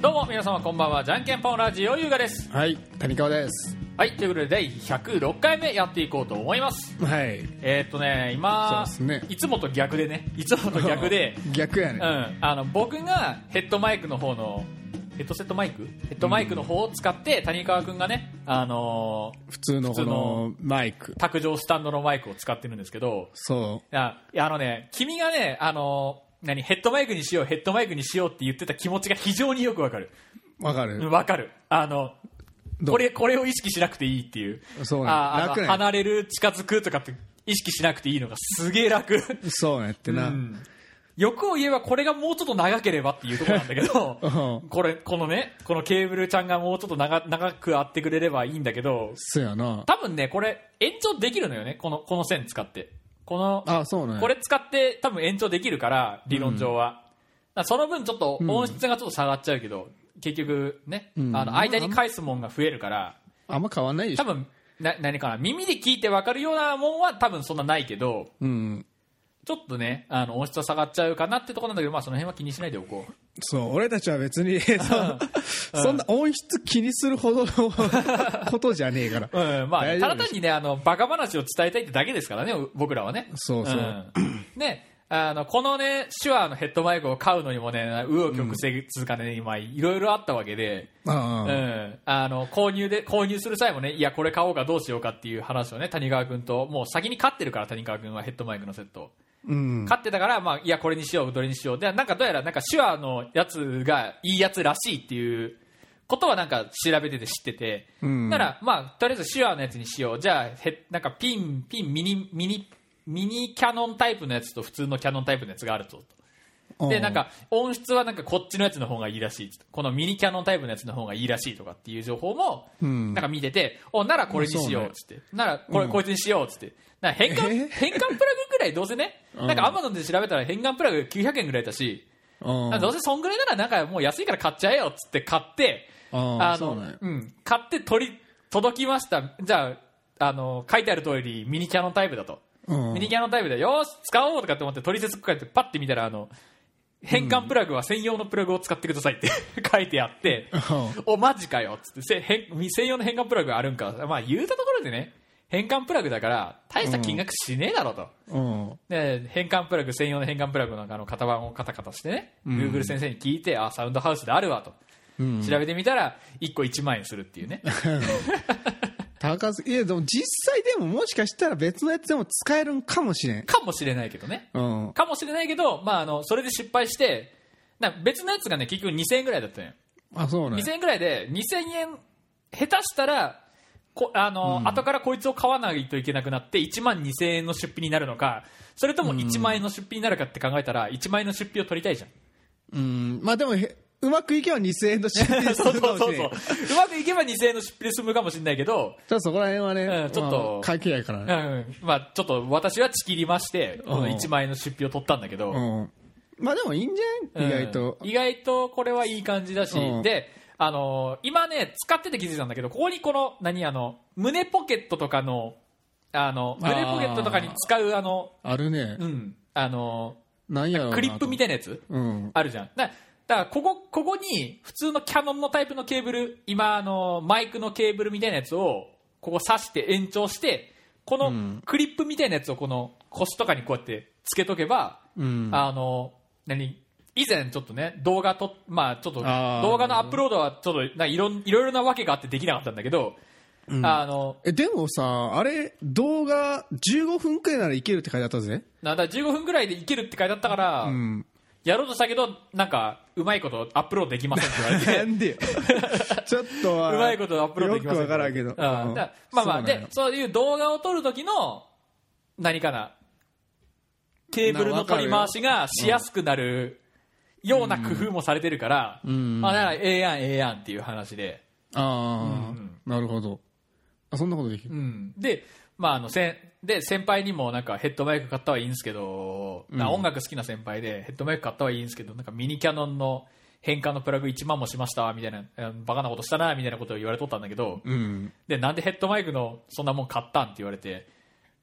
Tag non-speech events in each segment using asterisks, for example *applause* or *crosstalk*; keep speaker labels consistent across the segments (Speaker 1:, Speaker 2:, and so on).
Speaker 1: どうも皆様こんばんはじゃんけんぽんラジオ優雅です
Speaker 2: はい、谷川です。
Speaker 1: はいということで第106回目やっていこうと思います
Speaker 2: はい。
Speaker 1: えーっとね今
Speaker 2: そうですね
Speaker 1: いつもと逆でねいつもと逆で
Speaker 2: *laughs* 逆や
Speaker 1: う
Speaker 2: ね。
Speaker 1: んあの僕がヘッドマイクの方のヘッドセットマイクヘッドマイクの方を使って谷川君がねあのー
Speaker 2: 普通のこのマイク。
Speaker 1: 卓上スタンドのマイクを使ってるんですけど
Speaker 2: そ
Speaker 1: いやいやあのね君がねあのー何ヘッドマイクにしようヘッドマイクにしようって言ってた気持ちが非常によくわかる
Speaker 2: う。わかる、
Speaker 1: わかるあの
Speaker 2: どう
Speaker 1: これこれを意識しなくていいっていう
Speaker 2: そうね
Speaker 1: あーあの
Speaker 2: 楽ね
Speaker 1: 離れる近づくとかって意識しなくていいのがすげえ楽、
Speaker 2: そうねって
Speaker 1: う
Speaker 2: な。
Speaker 1: ん、欲を言えばこれがもうちょっと長ければっていうところなんだけど
Speaker 2: うん
Speaker 1: これこのねこのケーブルちゃんがもうちょっと長長くあってくれればいいんだけど
Speaker 2: そうやな。
Speaker 1: 多分ねこれ延長できるのよねこのこの線使ってこの
Speaker 2: あ、そうね。
Speaker 1: これ使って多分延長できるから理論上は、だからその分ちょっと音質がちょっと下がっちゃうけど、結局ね、
Speaker 2: うん
Speaker 1: あの間に返すもんが増えるから
Speaker 2: あんま変わんないでし
Speaker 1: 多
Speaker 2: ょ。
Speaker 1: 分な何かな耳で聞いて分かるようなもんは多分そんなないけど
Speaker 2: うん。
Speaker 1: ちょっとねあの音質は下がっちゃうかなってところなんだけど、まあ、その辺は気にしないでおこう
Speaker 2: そう、俺たちは別に、 *laughs* そのそんな音質気にするほどのことじゃねえから。
Speaker 1: うんまあ、
Speaker 2: 大丈
Speaker 1: ただ
Speaker 2: 夫です
Speaker 1: 単にね、あの、バカ話を伝えたいってだけですからね、僕らはね。
Speaker 2: そうそうん
Speaker 1: ね、あの、このね、手話のヘッドマイクを買うのにもね、紆余曲折がね、今、いろいろあったわけで、
Speaker 2: あ
Speaker 1: う
Speaker 2: あ
Speaker 1: ん、あの、購入で、購入する際もね、いや、これ買おうかどうしようかっていう話をね、谷川君と、もう先に買ってるから、谷川君はヘッドマイクのセットを。
Speaker 2: うん。
Speaker 1: 買ってたから、まあ、いや、これにしよう、どれにしよう。で、なんかどうやら、なんか手話のやつがいいやつらしいっていうことはなんか調べてて知ってて、
Speaker 2: うん
Speaker 1: なら、まあ、とりあえず手話のやつにしよう。じゃあ、へなんかピン、ピン、ミニ、ミニ、ミニキャノンタイプのやつと普通のキャノンタイプのやつがあるぞと。で、なん、か音質はなんかこっちのやつの方がいいらしい。このミニキャノンタイプのやつの方がいいらしいとかっていう情報も、
Speaker 2: うん
Speaker 1: なんか見てて、お、ならこれにしようっつって。なら、これ
Speaker 2: うん
Speaker 1: こいつにしようっつって。なんか変換、
Speaker 2: え
Speaker 1: 変換プラグぐらいどうせね、なんかアマゾンで調べたら変換プラグ900円ぐらいだし、
Speaker 2: うん
Speaker 1: なんかどうせそんぐらいならなんかもう安いから買っちゃえよっつって買って、
Speaker 2: ああ、
Speaker 1: あ
Speaker 2: そう
Speaker 1: の
Speaker 2: ね、。
Speaker 1: うん、買って取り、届きました。じゃあ、あの、書いてある通りミニキャノンタイプだと。
Speaker 2: うん
Speaker 1: ミニキャノンタイプで、よーし、使おうとかって思って取説書いてパッて見たら、あの、変換プラグは専用のプラグを使ってくださいって *laughs* 書いてあって、お、マジかよっつってせ変、専用の変換プラグあるんか。まあ言うたところでね、変換プラグだから、大した金額しねえだろと。
Speaker 2: うん。
Speaker 1: で変換プラグ専用の変換プラグなんかの型番をカタカタしてね、
Speaker 2: ん
Speaker 1: Google 先生に聞いてあサウンドハウスであるわと、
Speaker 2: うん
Speaker 1: 調べてみたら1個1万円するっていうね
Speaker 2: 高すいや、でも実際でももしかしたら別のやつでも使えるんかもしれん。
Speaker 1: かもしれないけどね
Speaker 2: うん。
Speaker 1: かもしれないけど、まあ、あのそれで失敗してなんか別のやつがね結局2000円ぐらいだったのよ、
Speaker 2: あ、そうね
Speaker 1: 2000。円ぐらいで2000円下手したらこあの、後からこいつを買わないといけなくなって1万2000円の出費になるのかそれとも1万円の出費になるかって考えたら1万円の出費を取りたいじゃん
Speaker 2: うん、まあでもへ、うまくいけば2000円の出費す
Speaker 1: *laughs* *laughs* そう
Speaker 2: るか
Speaker 1: そう
Speaker 2: もし
Speaker 1: そう
Speaker 2: れ
Speaker 1: そう
Speaker 2: な
Speaker 1: う
Speaker 2: い。
Speaker 1: まくいけば2000円の出費で済むかもしれないけど、
Speaker 2: ただそこら辺はね、
Speaker 1: うんちょっと
Speaker 2: まあ関係ないから
Speaker 1: う
Speaker 2: ね。
Speaker 1: んまあ、ちょっと私はちきりまして、この
Speaker 2: うん
Speaker 1: 1万円の出費を取ったんだけど、
Speaker 2: うん。まあでもいいんじゃ
Speaker 1: うんん
Speaker 2: 意外と。
Speaker 1: 意外とこれはいい感じだし、
Speaker 2: うん
Speaker 1: で、あのー今ね、使ってて気づいたんだけど、ここにこの、何、あの、胸ポケットとかの、あの、
Speaker 2: あー
Speaker 1: 胸ポケットとかに使う、あの、
Speaker 2: あるね
Speaker 1: う。ん、あの
Speaker 2: なんやろう
Speaker 1: ー、
Speaker 2: な
Speaker 1: クリップみたいなやつ
Speaker 2: うん。
Speaker 1: あるじゃん。だだからここここに普通のキャノンのタイプのケーブル今あのマイクのケーブルみたいなやつをここ挿して延長してこ
Speaker 2: う
Speaker 1: の
Speaker 2: ん
Speaker 1: クリップみたいなやつをこの腰とかにこうやってつけとけば、
Speaker 2: うん。
Speaker 1: あの何以前ちょっとね動画とまあちょっと動
Speaker 2: あー
Speaker 1: 画のアップロードはちょっとないろんいろいろなわけがあってできなかったんだけど、
Speaker 2: うん
Speaker 1: あの
Speaker 2: え、でもさ、あれ、動画15分くらいならいけるって書いてあったぜ。
Speaker 1: なんだ15分ぐらいでいけるって書いてあったから、
Speaker 2: うん。
Speaker 1: やろうとしたけどなんかうまいことアップロードできませんって言われて
Speaker 2: *laughs* な
Speaker 1: *laughs*
Speaker 2: んでよちょっとは。
Speaker 1: うまいことアップロードできません
Speaker 2: よくわからんけど。
Speaker 1: うんだからまあまあ、で、そういう動画を撮る時の、何かな、ケーブルの取り回しがしやすくなるような工夫もされてるから、
Speaker 2: ん
Speaker 1: あ、ならええやん、ええやんっていう話で。
Speaker 2: ああ
Speaker 1: うんうん
Speaker 2: ー、なるほど。あ、そんなことでき
Speaker 1: う
Speaker 2: る。
Speaker 1: ん。で、まあ、あの、せん、で、先輩にもなんかヘッドマイク買ったはいいんですけど、な音楽好きな先輩でヘッドマイク買ったはいいんですけど、なんかミニキャノンの変換のプラグ1万もしました、みたいな、えーバカなことしたな、みたいなことを言われとったんだけど、
Speaker 2: うん。
Speaker 1: で、なんでヘッドマイクのそんなもん買ったんって言われて、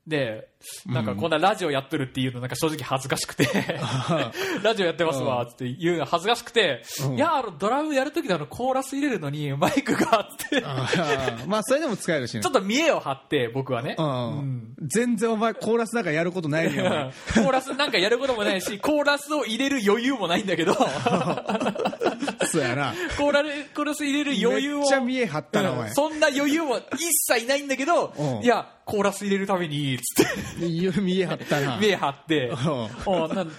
Speaker 1: で、なんかこんなラジオやってるっていうのなんか正直恥ずかしく *laughs* て、ラジオやってますわって言うの恥ずかしくて、
Speaker 2: うん
Speaker 1: いや、あのドラムやるときであのコーラス入れるのにマイクがあって、ち
Speaker 2: あーまあ、それでも使えるしね
Speaker 1: ょっ。と見栄を張って僕はね、
Speaker 2: う
Speaker 1: うん
Speaker 2: ん、全然お前コーラスなんかやることないのよお前
Speaker 1: *laughs* コーラスなんかやることもないし、コーラスを入れる余裕もないんだ
Speaker 2: *laughs*
Speaker 1: けど、コ
Speaker 2: そうやな
Speaker 1: ーラルコーラス入れる余裕を。
Speaker 2: めっちゃ見栄張ったなお前
Speaker 1: うんそんな余裕も一切ないんだけど
Speaker 2: うん、
Speaker 1: いや、コーラス入れるために、つって。
Speaker 2: 見え張ったな
Speaker 1: 目張って、おなん
Speaker 2: なるほ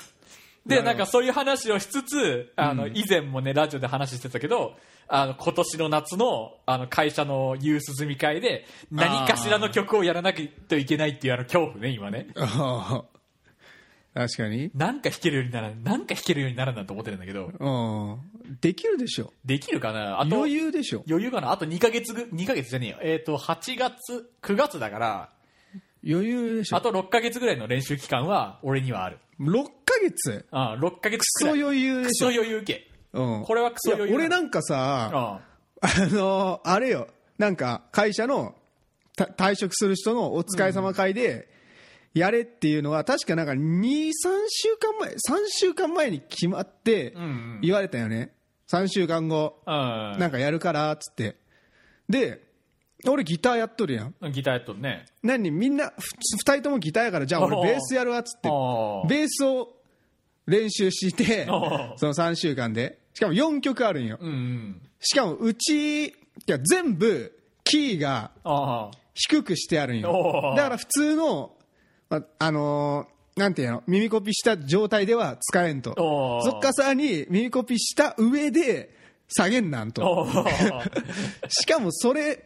Speaker 1: で
Speaker 2: ど
Speaker 1: なんかそういう話をしつつあの、以前もねラジオで話してたけどあの今年の夏のあの会社のユース済み会で何かしらの曲をやらなきゃいけないっていうあの恐怖ね今ね
Speaker 2: うん確かに
Speaker 1: なんか弾けるようにならんなんか弾けるようにならんなと思ってるんだけど
Speaker 2: うんできるでしょ
Speaker 1: できるかなあと
Speaker 2: 余裕でしょ
Speaker 1: 余裕かなあと2ヶ月ぐ2ヶ月じゃねえよえっ、と8月9月だから
Speaker 2: 余裕でし
Speaker 1: あ
Speaker 2: ょ
Speaker 1: と6ヶ月ぐらいの練習期間は俺にはある
Speaker 2: 6ヶ月
Speaker 1: あ6ヶ月
Speaker 2: ク
Speaker 1: く
Speaker 2: ソ
Speaker 1: らい
Speaker 2: 余裕で
Speaker 1: ク
Speaker 2: し
Speaker 1: ソ
Speaker 2: ょ
Speaker 1: 余裕系
Speaker 2: うん
Speaker 1: これはクソ余裕
Speaker 2: いや俺なんかさ
Speaker 1: あ
Speaker 2: あのあれよなんか会社のた退職する人のお疲れ様会でやれっていうのは確かなんか23週間前3週間前に決まって
Speaker 1: うんうん
Speaker 2: 言われたよね3週間後
Speaker 1: うん
Speaker 2: なんかやるからっつってで俺ギターやっとるやん
Speaker 1: ギターやっとるね。
Speaker 2: 何みんな2人ともギターやからじゃあ俺
Speaker 1: おう
Speaker 2: ベースやるわっつって
Speaker 1: おう
Speaker 2: ベースを練習して
Speaker 1: おう
Speaker 2: その3週間でしかも4曲あるんよ
Speaker 1: うんうん。
Speaker 2: しかもうちいや全部キーが
Speaker 1: あ
Speaker 2: 低くしてあるん
Speaker 1: お
Speaker 2: よ
Speaker 1: う
Speaker 2: だから普通の、まあのーなんていうの耳コピした状態では使えんと
Speaker 1: おう
Speaker 2: そっからさらに耳コピした上で下げんなん
Speaker 1: あ。
Speaker 2: と
Speaker 1: おー
Speaker 2: しかもそれ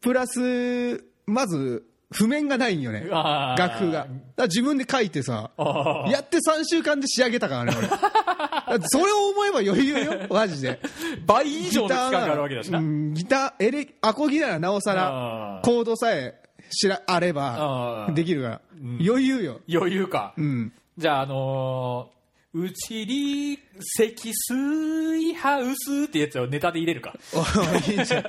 Speaker 2: プラスまず譜面がないんよね *laughs*
Speaker 1: あー
Speaker 2: 楽譜がだから自分で書いてさ
Speaker 1: あー
Speaker 2: やって3週間で仕上げたからね俺だってそれを思えば余
Speaker 1: *laughs*
Speaker 2: 裕よマジで
Speaker 1: 倍以上の期間があるわけだしな
Speaker 2: う。んギターエレアコギならなおさ
Speaker 1: あ
Speaker 2: ら
Speaker 1: ー
Speaker 2: コードさえ知らあれ
Speaker 1: あ
Speaker 2: ば
Speaker 1: ー
Speaker 2: できるから、余裕よ
Speaker 1: 余裕か
Speaker 2: う。ん
Speaker 1: じゃあ、あのー、うちに積水ハウスってやつをネタで入れる
Speaker 2: *laughs*
Speaker 1: か。
Speaker 2: おいいんじゃ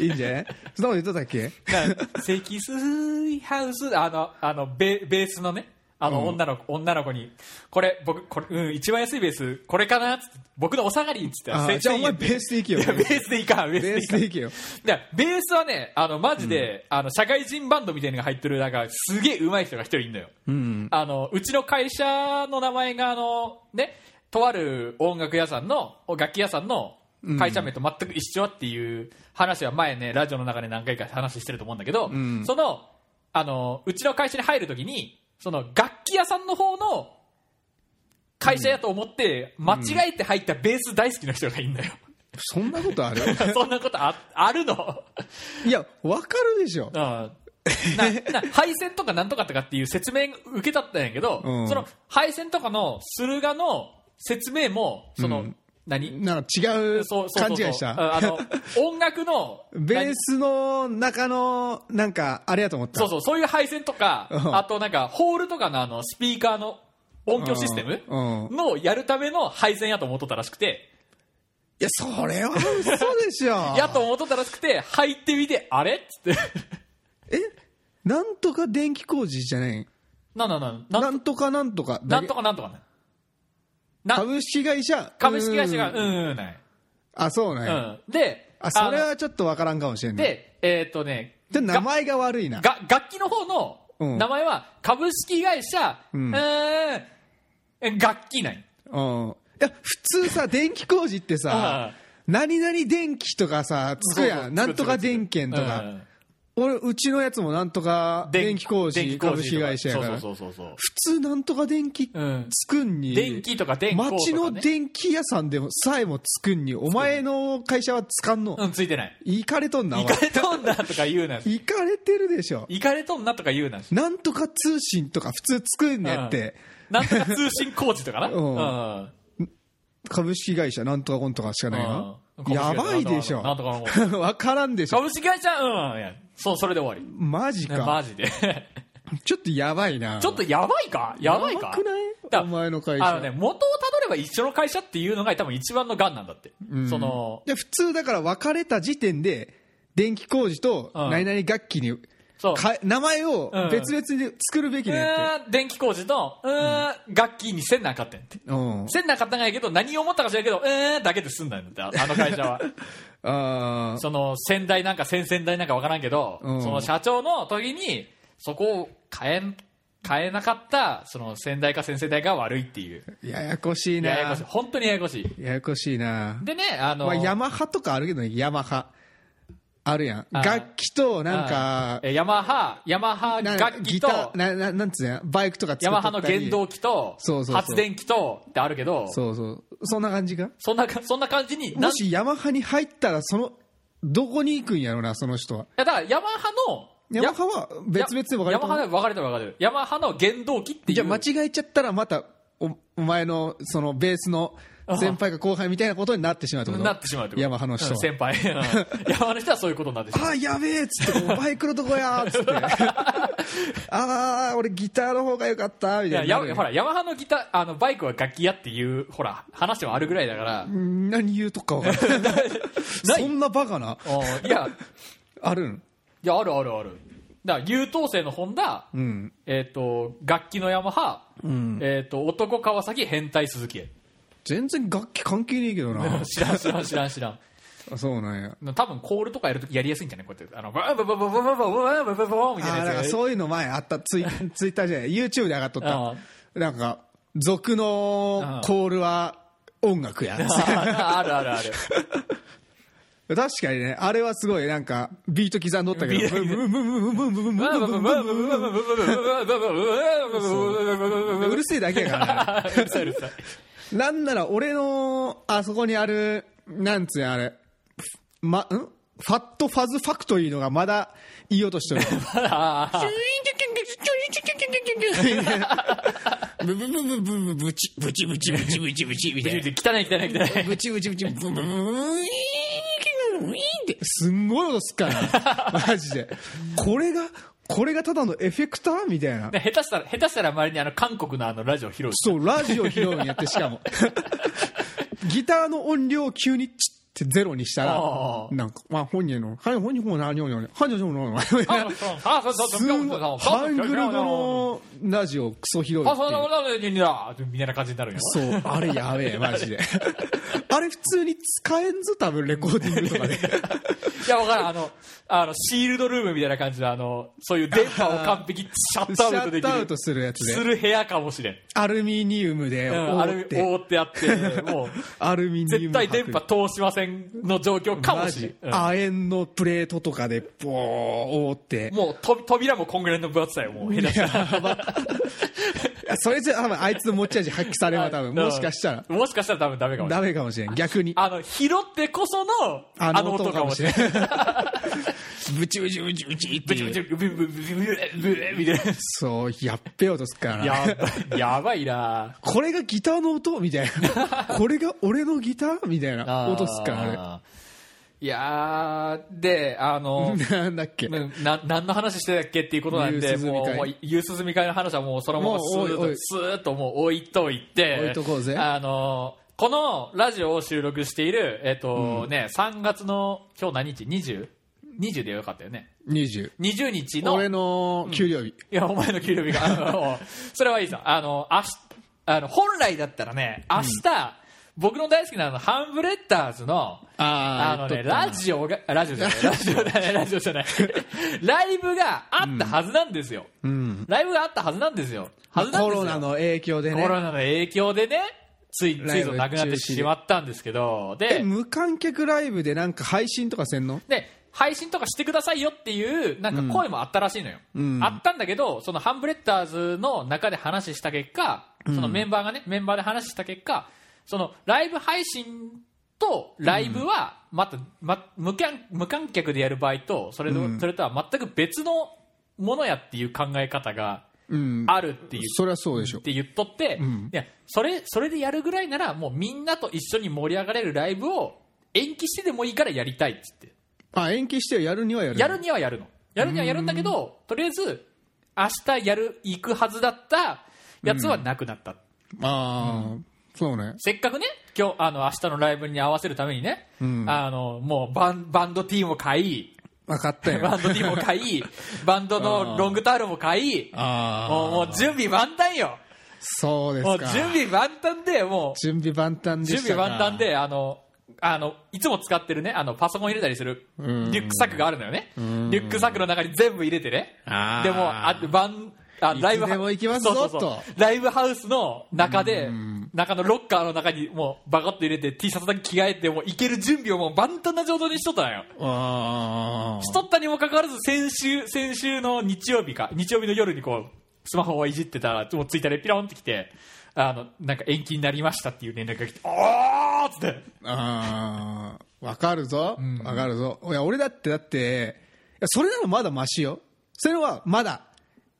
Speaker 2: いいんじゃないそんなこと言っとったっけ
Speaker 1: な積水ハウス、あの、あの、ベベースのね、あの、女の子、女の子に、これ、僕、これ、うん、一番安いベース、これかなっつって、僕のお下がりっつって、
Speaker 2: あー
Speaker 1: 1000
Speaker 2: じゃあお前
Speaker 1: 円
Speaker 2: ベースでいけよ
Speaker 1: いや、ベースでいいかん、ベース
Speaker 2: ベ
Speaker 1: で
Speaker 2: ー
Speaker 1: いい
Speaker 2: ス
Speaker 1: かん
Speaker 2: でいけよ
Speaker 1: だからベースはね、あの、マジで、あの、社会人バンドみたいなのが入ってる、なんか、すげえ上手い人が一人いんのよ。
Speaker 2: うん
Speaker 1: あの、うちの会社の名前が、あの、ね、とある音楽屋さんの、楽器屋さんの会社名と全く一緒っていう話は前ね、ラジオの中で何回か話してると思うんだけど、
Speaker 2: ん
Speaker 1: その、あの、うちの会社に入るときに、その、楽器屋さんの方の、会社やと思って、間違えて入ったベース大好きな人がいる
Speaker 2: *laughs*
Speaker 1: んだよ。
Speaker 2: そんなことある
Speaker 1: そんなことあ、あるの
Speaker 2: いやわかるでしょ
Speaker 1: ああなな配線とかなんとかとかっていう説明受けたったんやけど、
Speaker 2: うん
Speaker 1: その配線とかの駿河の説明もその、
Speaker 2: うん
Speaker 1: 何
Speaker 2: なんか違う
Speaker 1: そうそうそ
Speaker 2: 勘
Speaker 1: うそう
Speaker 2: 違いした
Speaker 1: ああの音楽の
Speaker 2: ベー
Speaker 1: 何
Speaker 2: スの中のなんかあれやと思った
Speaker 1: そうそうそういう配線とか、
Speaker 2: うん
Speaker 1: あとなんかホールとかのあのスピーカーの音響システム
Speaker 2: うんうん
Speaker 1: のやるための配線やと思っとったらしくて、
Speaker 2: いやそれは嘘で
Speaker 1: *laughs*
Speaker 2: しょ
Speaker 1: やと思っとったらしくて入ってみてあれっつって *laughs*
Speaker 2: えなんとか電気工事じゃない
Speaker 1: なんなんなんなん
Speaker 2: なんとかなんとかだ
Speaker 1: な
Speaker 2: け
Speaker 1: んとかなんとかねな
Speaker 2: 株式会社
Speaker 1: 株式会社がう
Speaker 2: うん
Speaker 1: んうんない
Speaker 2: あそうね、
Speaker 1: うん、で、
Speaker 2: あそれ
Speaker 1: あの
Speaker 2: はちょっとわからんかもしれんね
Speaker 1: で、えっ、とね、
Speaker 2: で名前が悪いな
Speaker 1: が楽器の方の
Speaker 2: うん
Speaker 1: 名前は株式会社、う
Speaker 2: うん
Speaker 1: ーん、楽器ない。
Speaker 2: うんいや普
Speaker 1: *laughs*
Speaker 2: 通さ電気工事って
Speaker 1: あ
Speaker 2: さ何々電気とかさつく
Speaker 1: そう
Speaker 2: や
Speaker 1: そうん
Speaker 2: なんとか電
Speaker 1: う
Speaker 2: 検
Speaker 1: ん
Speaker 2: とか、俺うちのやつもなんとか電気工
Speaker 1: 電
Speaker 2: 事
Speaker 1: 気工
Speaker 2: 株式会社やから
Speaker 1: そうそうそうそう
Speaker 2: 普通なんとか電気
Speaker 1: うん
Speaker 2: つくんに
Speaker 1: 電気とか電工とか、ね、
Speaker 2: 町の電気屋さんでもさえもつくんにお前の会社はつかんの
Speaker 1: うん、ついてない。
Speaker 2: 行かれとんなお
Speaker 1: 行
Speaker 2: 前
Speaker 1: かれとんなとか言うな。
Speaker 2: 行かれてるでしょ
Speaker 1: 行かれとんなとか言うな。
Speaker 2: なんとか通信とか普通つくんやって
Speaker 1: なんとか通信工事とかな。
Speaker 2: うん株式会社なんとかこんとかしかないな
Speaker 1: うん
Speaker 2: やばいでしょ
Speaker 1: なんとかなんと
Speaker 2: わからんでしょ
Speaker 1: 株式会社、うん、いや、そう、それで終わ
Speaker 2: マジ
Speaker 1: り。ね、マ
Speaker 2: か
Speaker 1: ジで。
Speaker 2: ちょっとやばい
Speaker 1: *laughs*
Speaker 2: な
Speaker 1: ちょっとやばいかやばいか
Speaker 2: やばくない
Speaker 1: だ
Speaker 2: お前の会
Speaker 1: あのね、
Speaker 2: 社
Speaker 1: 元をたどれば一緒の会社っていうのが多分一番のガンなんだって。その、
Speaker 2: で普通だから別れた時点で電気工事と
Speaker 1: うん
Speaker 2: 何々楽器に
Speaker 1: そう
Speaker 2: か名前を
Speaker 1: うん
Speaker 2: 別々で作るべき
Speaker 1: う
Speaker 2: ねって、
Speaker 1: ーん電気工事のうーん楽器にせんなあかったんやって
Speaker 2: うん、
Speaker 1: せんなあかったんやけど何を思ったか知らんけどうーんだけで済んだんだってああの会社
Speaker 2: *laughs*
Speaker 1: は
Speaker 2: あー
Speaker 1: その先代なんか先々代なんかわからんけど、
Speaker 2: うん
Speaker 1: その社長の時にそこを変えん変えなかったその先代か先々代が悪いっていう
Speaker 2: ややこしいな
Speaker 1: ややこしい本当にややこしい
Speaker 2: ややこしいな
Speaker 1: でねあの、
Speaker 2: まあ、ヤマハとかあるけどねヤマハあるやん
Speaker 1: あー
Speaker 2: 楽器となんか
Speaker 1: えヤマハヤマハ
Speaker 2: な
Speaker 1: 楽器
Speaker 2: ギ
Speaker 1: と
Speaker 2: ターなななんつうのやバイクとか作っ
Speaker 1: ヤマハ
Speaker 2: と
Speaker 1: の
Speaker 2: ったり
Speaker 1: 原動機と
Speaker 2: そうそうそう
Speaker 1: 発電機とってあるけど
Speaker 2: そうそうそんな感じか
Speaker 1: そんなかそんな感じになん
Speaker 2: もしヤマハに入ったらそのどこに行くんやろなその人はい
Speaker 1: やだからヤマハの
Speaker 2: ヤマハは別々で分かれ
Speaker 1: ヤ
Speaker 2: て
Speaker 1: マ
Speaker 2: る
Speaker 1: ハで分かれてる分かれてるヤマハの原動機っていう
Speaker 2: じゃあ間違えちゃったらまたおお前のそのベースの先輩か後輩みたいなことになってしまうってこと
Speaker 1: なってしまうってこと
Speaker 2: ヤマハの人は
Speaker 1: うん先
Speaker 2: *laughs*
Speaker 1: 輩うんヤマハの人はそういうことになってしまう
Speaker 2: あーやべえっつって
Speaker 1: *laughs*
Speaker 2: バイクのとこやーっつってああ俺ギターの方が良かったみ
Speaker 1: い
Speaker 2: た
Speaker 1: や
Speaker 2: いな
Speaker 1: やほらヤマハのギターあのバイクは楽器やっていうほら話はあるぐらいだから
Speaker 2: 何言うとか分からない
Speaker 1: *laughs* ない
Speaker 2: そんなバカな
Speaker 1: おーいや
Speaker 2: あるん
Speaker 1: いやあるあるあるだから優等生のホンダ、
Speaker 2: うん
Speaker 1: えっ、と楽器のヤマハ、
Speaker 2: ん
Speaker 1: えっ、と男川崎変態鈴木へ
Speaker 2: 全然楽器関係ねえけど
Speaker 1: *laughs*
Speaker 2: な
Speaker 1: 知らん知らん知らん知らん
Speaker 2: あそうなんや
Speaker 1: 多分コールとかやるときやりやすいんじゃないこうやってあのバンバンバンバンバンバンバンバンバンバンみ
Speaker 2: あ
Speaker 1: たい
Speaker 2: ー
Speaker 1: な
Speaker 2: だか
Speaker 1: や
Speaker 2: ら
Speaker 1: つ
Speaker 2: そういうの前あった
Speaker 1: *laughs*
Speaker 2: ツイツイッターじゃない YouTube で上がっとっ
Speaker 1: あ
Speaker 2: たなんか俗のコールは音
Speaker 1: *laughs*
Speaker 2: 楽や確
Speaker 1: ああるあるある
Speaker 2: かにねあれはすごいなんかビート刻んどったけどブンブンブンブンブンブンブンブンブンブンブンブンブンブンうるせえだけやからねなんなら俺のあそこにあるなんつうやあれまんファットファズファクトリーのがまだ言い落としてるブブブブブブブチブチブチブチブチブチみたいな。ブチブチブチブブブブってすんごい音すっからな。マジで。これが、これがただのエフェクターみたいな。そう、ラジオ披露にやってしかも。 *laughs* ギターの音量を急にチッってゼロにしたら
Speaker 1: あ、ー
Speaker 2: なんか、まあ本人の、はい、本人も何を言うの、本人も何を言うの、すんごい、ハングル語のラジオクソ広いっていう。そう、あれやべえ、マジで。 *laughs* あれ普通に使えんぞ、多分レコーディングとかで。
Speaker 1: *laughs*
Speaker 2: シャットアウトするやつで。アルミニウムで覆って、アルミニウム
Speaker 1: 絶対電
Speaker 2: 箔
Speaker 1: 波通しませんの状況かも
Speaker 2: マ
Speaker 1: しれ
Speaker 2: ジ
Speaker 1: ん、うん
Speaker 2: 亜鉛のプレートとかで、ぼー覆って。
Speaker 1: もうと扉もこんぐらいの分厚さよもう下手したら
Speaker 2: いやそれじゃ、多分あいつの持ち味発揮さ
Speaker 1: *laughs*
Speaker 2: れるわ、多分。もしかしたら。
Speaker 1: もしかしたら多分ダメかもしれな
Speaker 2: ダ
Speaker 1: い
Speaker 2: メかもしれん、逆に。
Speaker 1: あの拾ってこその
Speaker 2: あ
Speaker 1: あ
Speaker 2: の
Speaker 1: の
Speaker 2: 音
Speaker 1: 音
Speaker 2: か
Speaker 1: か
Speaker 2: も
Speaker 1: も
Speaker 2: し
Speaker 1: し
Speaker 2: れ
Speaker 1: れ
Speaker 2: ん
Speaker 1: ない。
Speaker 2: ブチブチブチブチっ
Speaker 1: ブ
Speaker 2: て
Speaker 1: チ
Speaker 2: い
Speaker 1: ブ
Speaker 2: う。
Speaker 1: チブチブチブチブチブチみたい
Speaker 2: *laughs* そう、やっべえ音すっから
Speaker 1: な
Speaker 2: な。
Speaker 1: やばいやばいな
Speaker 2: これがギターの音みたいな
Speaker 1: *laughs*
Speaker 2: これが俺のギターみたいな音すっから
Speaker 1: あーいやーであ
Speaker 2: あ
Speaker 1: の
Speaker 2: れなんだっけ
Speaker 1: なな何の話してたっけっていうことなん
Speaker 2: 夕
Speaker 1: で
Speaker 2: 涼み
Speaker 1: もう
Speaker 2: 会
Speaker 1: もう夕涼み会の話はもうそのままスーッ
Speaker 2: もうおいお
Speaker 1: と
Speaker 2: い
Speaker 1: スーッともう置いといて
Speaker 2: 置いとこうぜ
Speaker 1: あのこのラジオを収録している、えっとね、3月の今日何日 20?20 20でよかったよね
Speaker 2: 20
Speaker 1: 20日の
Speaker 2: 俺の給料日、
Speaker 1: いや、お前の給料日が、あ
Speaker 2: *laughs*
Speaker 1: のそれはいいさ。あの、明日、あの、本来だったらね、明日、僕の大好きなあの、ハンブレッダーズの、あ
Speaker 2: あー
Speaker 1: の
Speaker 2: や
Speaker 1: ね、
Speaker 2: っとったな
Speaker 1: ラジオが、あラジオじゃない、
Speaker 2: *laughs*
Speaker 1: ラジオじゃない、ラジオじゃない、ライブがあったはずなんですよ。
Speaker 2: うん、
Speaker 1: ライブがあったはずなんですよ。はずなん
Speaker 2: コ
Speaker 1: ですよ。
Speaker 2: ロナの影響で
Speaker 1: コ
Speaker 2: ね
Speaker 1: ロナの影響でね、つい、つ
Speaker 2: ライ
Speaker 1: い
Speaker 2: ブ
Speaker 1: ぞなくなってしまったんですけど、
Speaker 2: え
Speaker 1: で、
Speaker 2: 無観客ライブでなんか配信とかせんの
Speaker 1: で配信とかしてくださいよっていうなんか声もあったらしいのよ、
Speaker 2: うん
Speaker 1: あったんだけどそのハンブレッダーズの中で話した結果そのメンバーがね、メンバーで話した結果そのライブ配信とライブはまた、ま、無観無観客でやる場合とそれ,、
Speaker 2: うん
Speaker 1: それとは全く別のものやっていう考え方が
Speaker 2: うん
Speaker 1: あるっていう、
Speaker 2: そりゃそうでしょ
Speaker 1: って言っとって、
Speaker 2: ん
Speaker 1: いやそれそれでやるぐらいならもうみんなと一緒に盛り上がれるライブを延期してでもいいからやりたいっつって
Speaker 2: あ延期してやるにはやる
Speaker 1: やるにはやるの。やるにはやるんだけど、とりあえず、明日やる、行くはずだったやつはなくなった。
Speaker 2: ああ、そうね
Speaker 1: せっかくね、今日、あの、明日のライブに合わせるためにね、
Speaker 2: ん
Speaker 1: あの、もうバン、バンド T も買い、
Speaker 2: 分か
Speaker 1: *laughs*
Speaker 2: ったよ
Speaker 1: バンド D も買
Speaker 2: *laughs*
Speaker 1: い、バンドのロングタオルも買い、
Speaker 2: あー
Speaker 1: もうもう準備万端よ。
Speaker 2: そうで
Speaker 1: も
Speaker 2: す
Speaker 1: う
Speaker 2: か
Speaker 1: 準備万端で、も
Speaker 2: 準備万端
Speaker 1: う
Speaker 2: で
Speaker 1: 準
Speaker 2: した
Speaker 1: 備
Speaker 2: か
Speaker 1: 万端で、あの、あの、いつも使ってるね、あの、パソコン入れたりするリュ
Speaker 2: ん
Speaker 1: ックサックがあるのよね。リュ
Speaker 2: ん
Speaker 1: ックサックの中に全部入れてね。
Speaker 2: あー
Speaker 1: でも、あ、バン、あ、ライブ
Speaker 2: いつでも行きます
Speaker 1: そ
Speaker 2: ぞ
Speaker 1: うそうそう
Speaker 2: と
Speaker 1: ライブハウスの中で
Speaker 2: うん、
Speaker 1: 中のロッカーの中にもうバカッと入れて T シャツだけ着替えて、もう行ける準備をもう万端な状態にしとったのよ。
Speaker 2: あー
Speaker 1: しとったにもかかわらず先週先週の日曜日か日曜日の夜にこうスマホをいじってたらもうツイッターでピロンってきてあのなんか延期になりましたっていう連絡が来て「あー!」っつって
Speaker 2: あーわかるぞわかるぞいや俺だってだっていやそれならまだマシよそれはまだ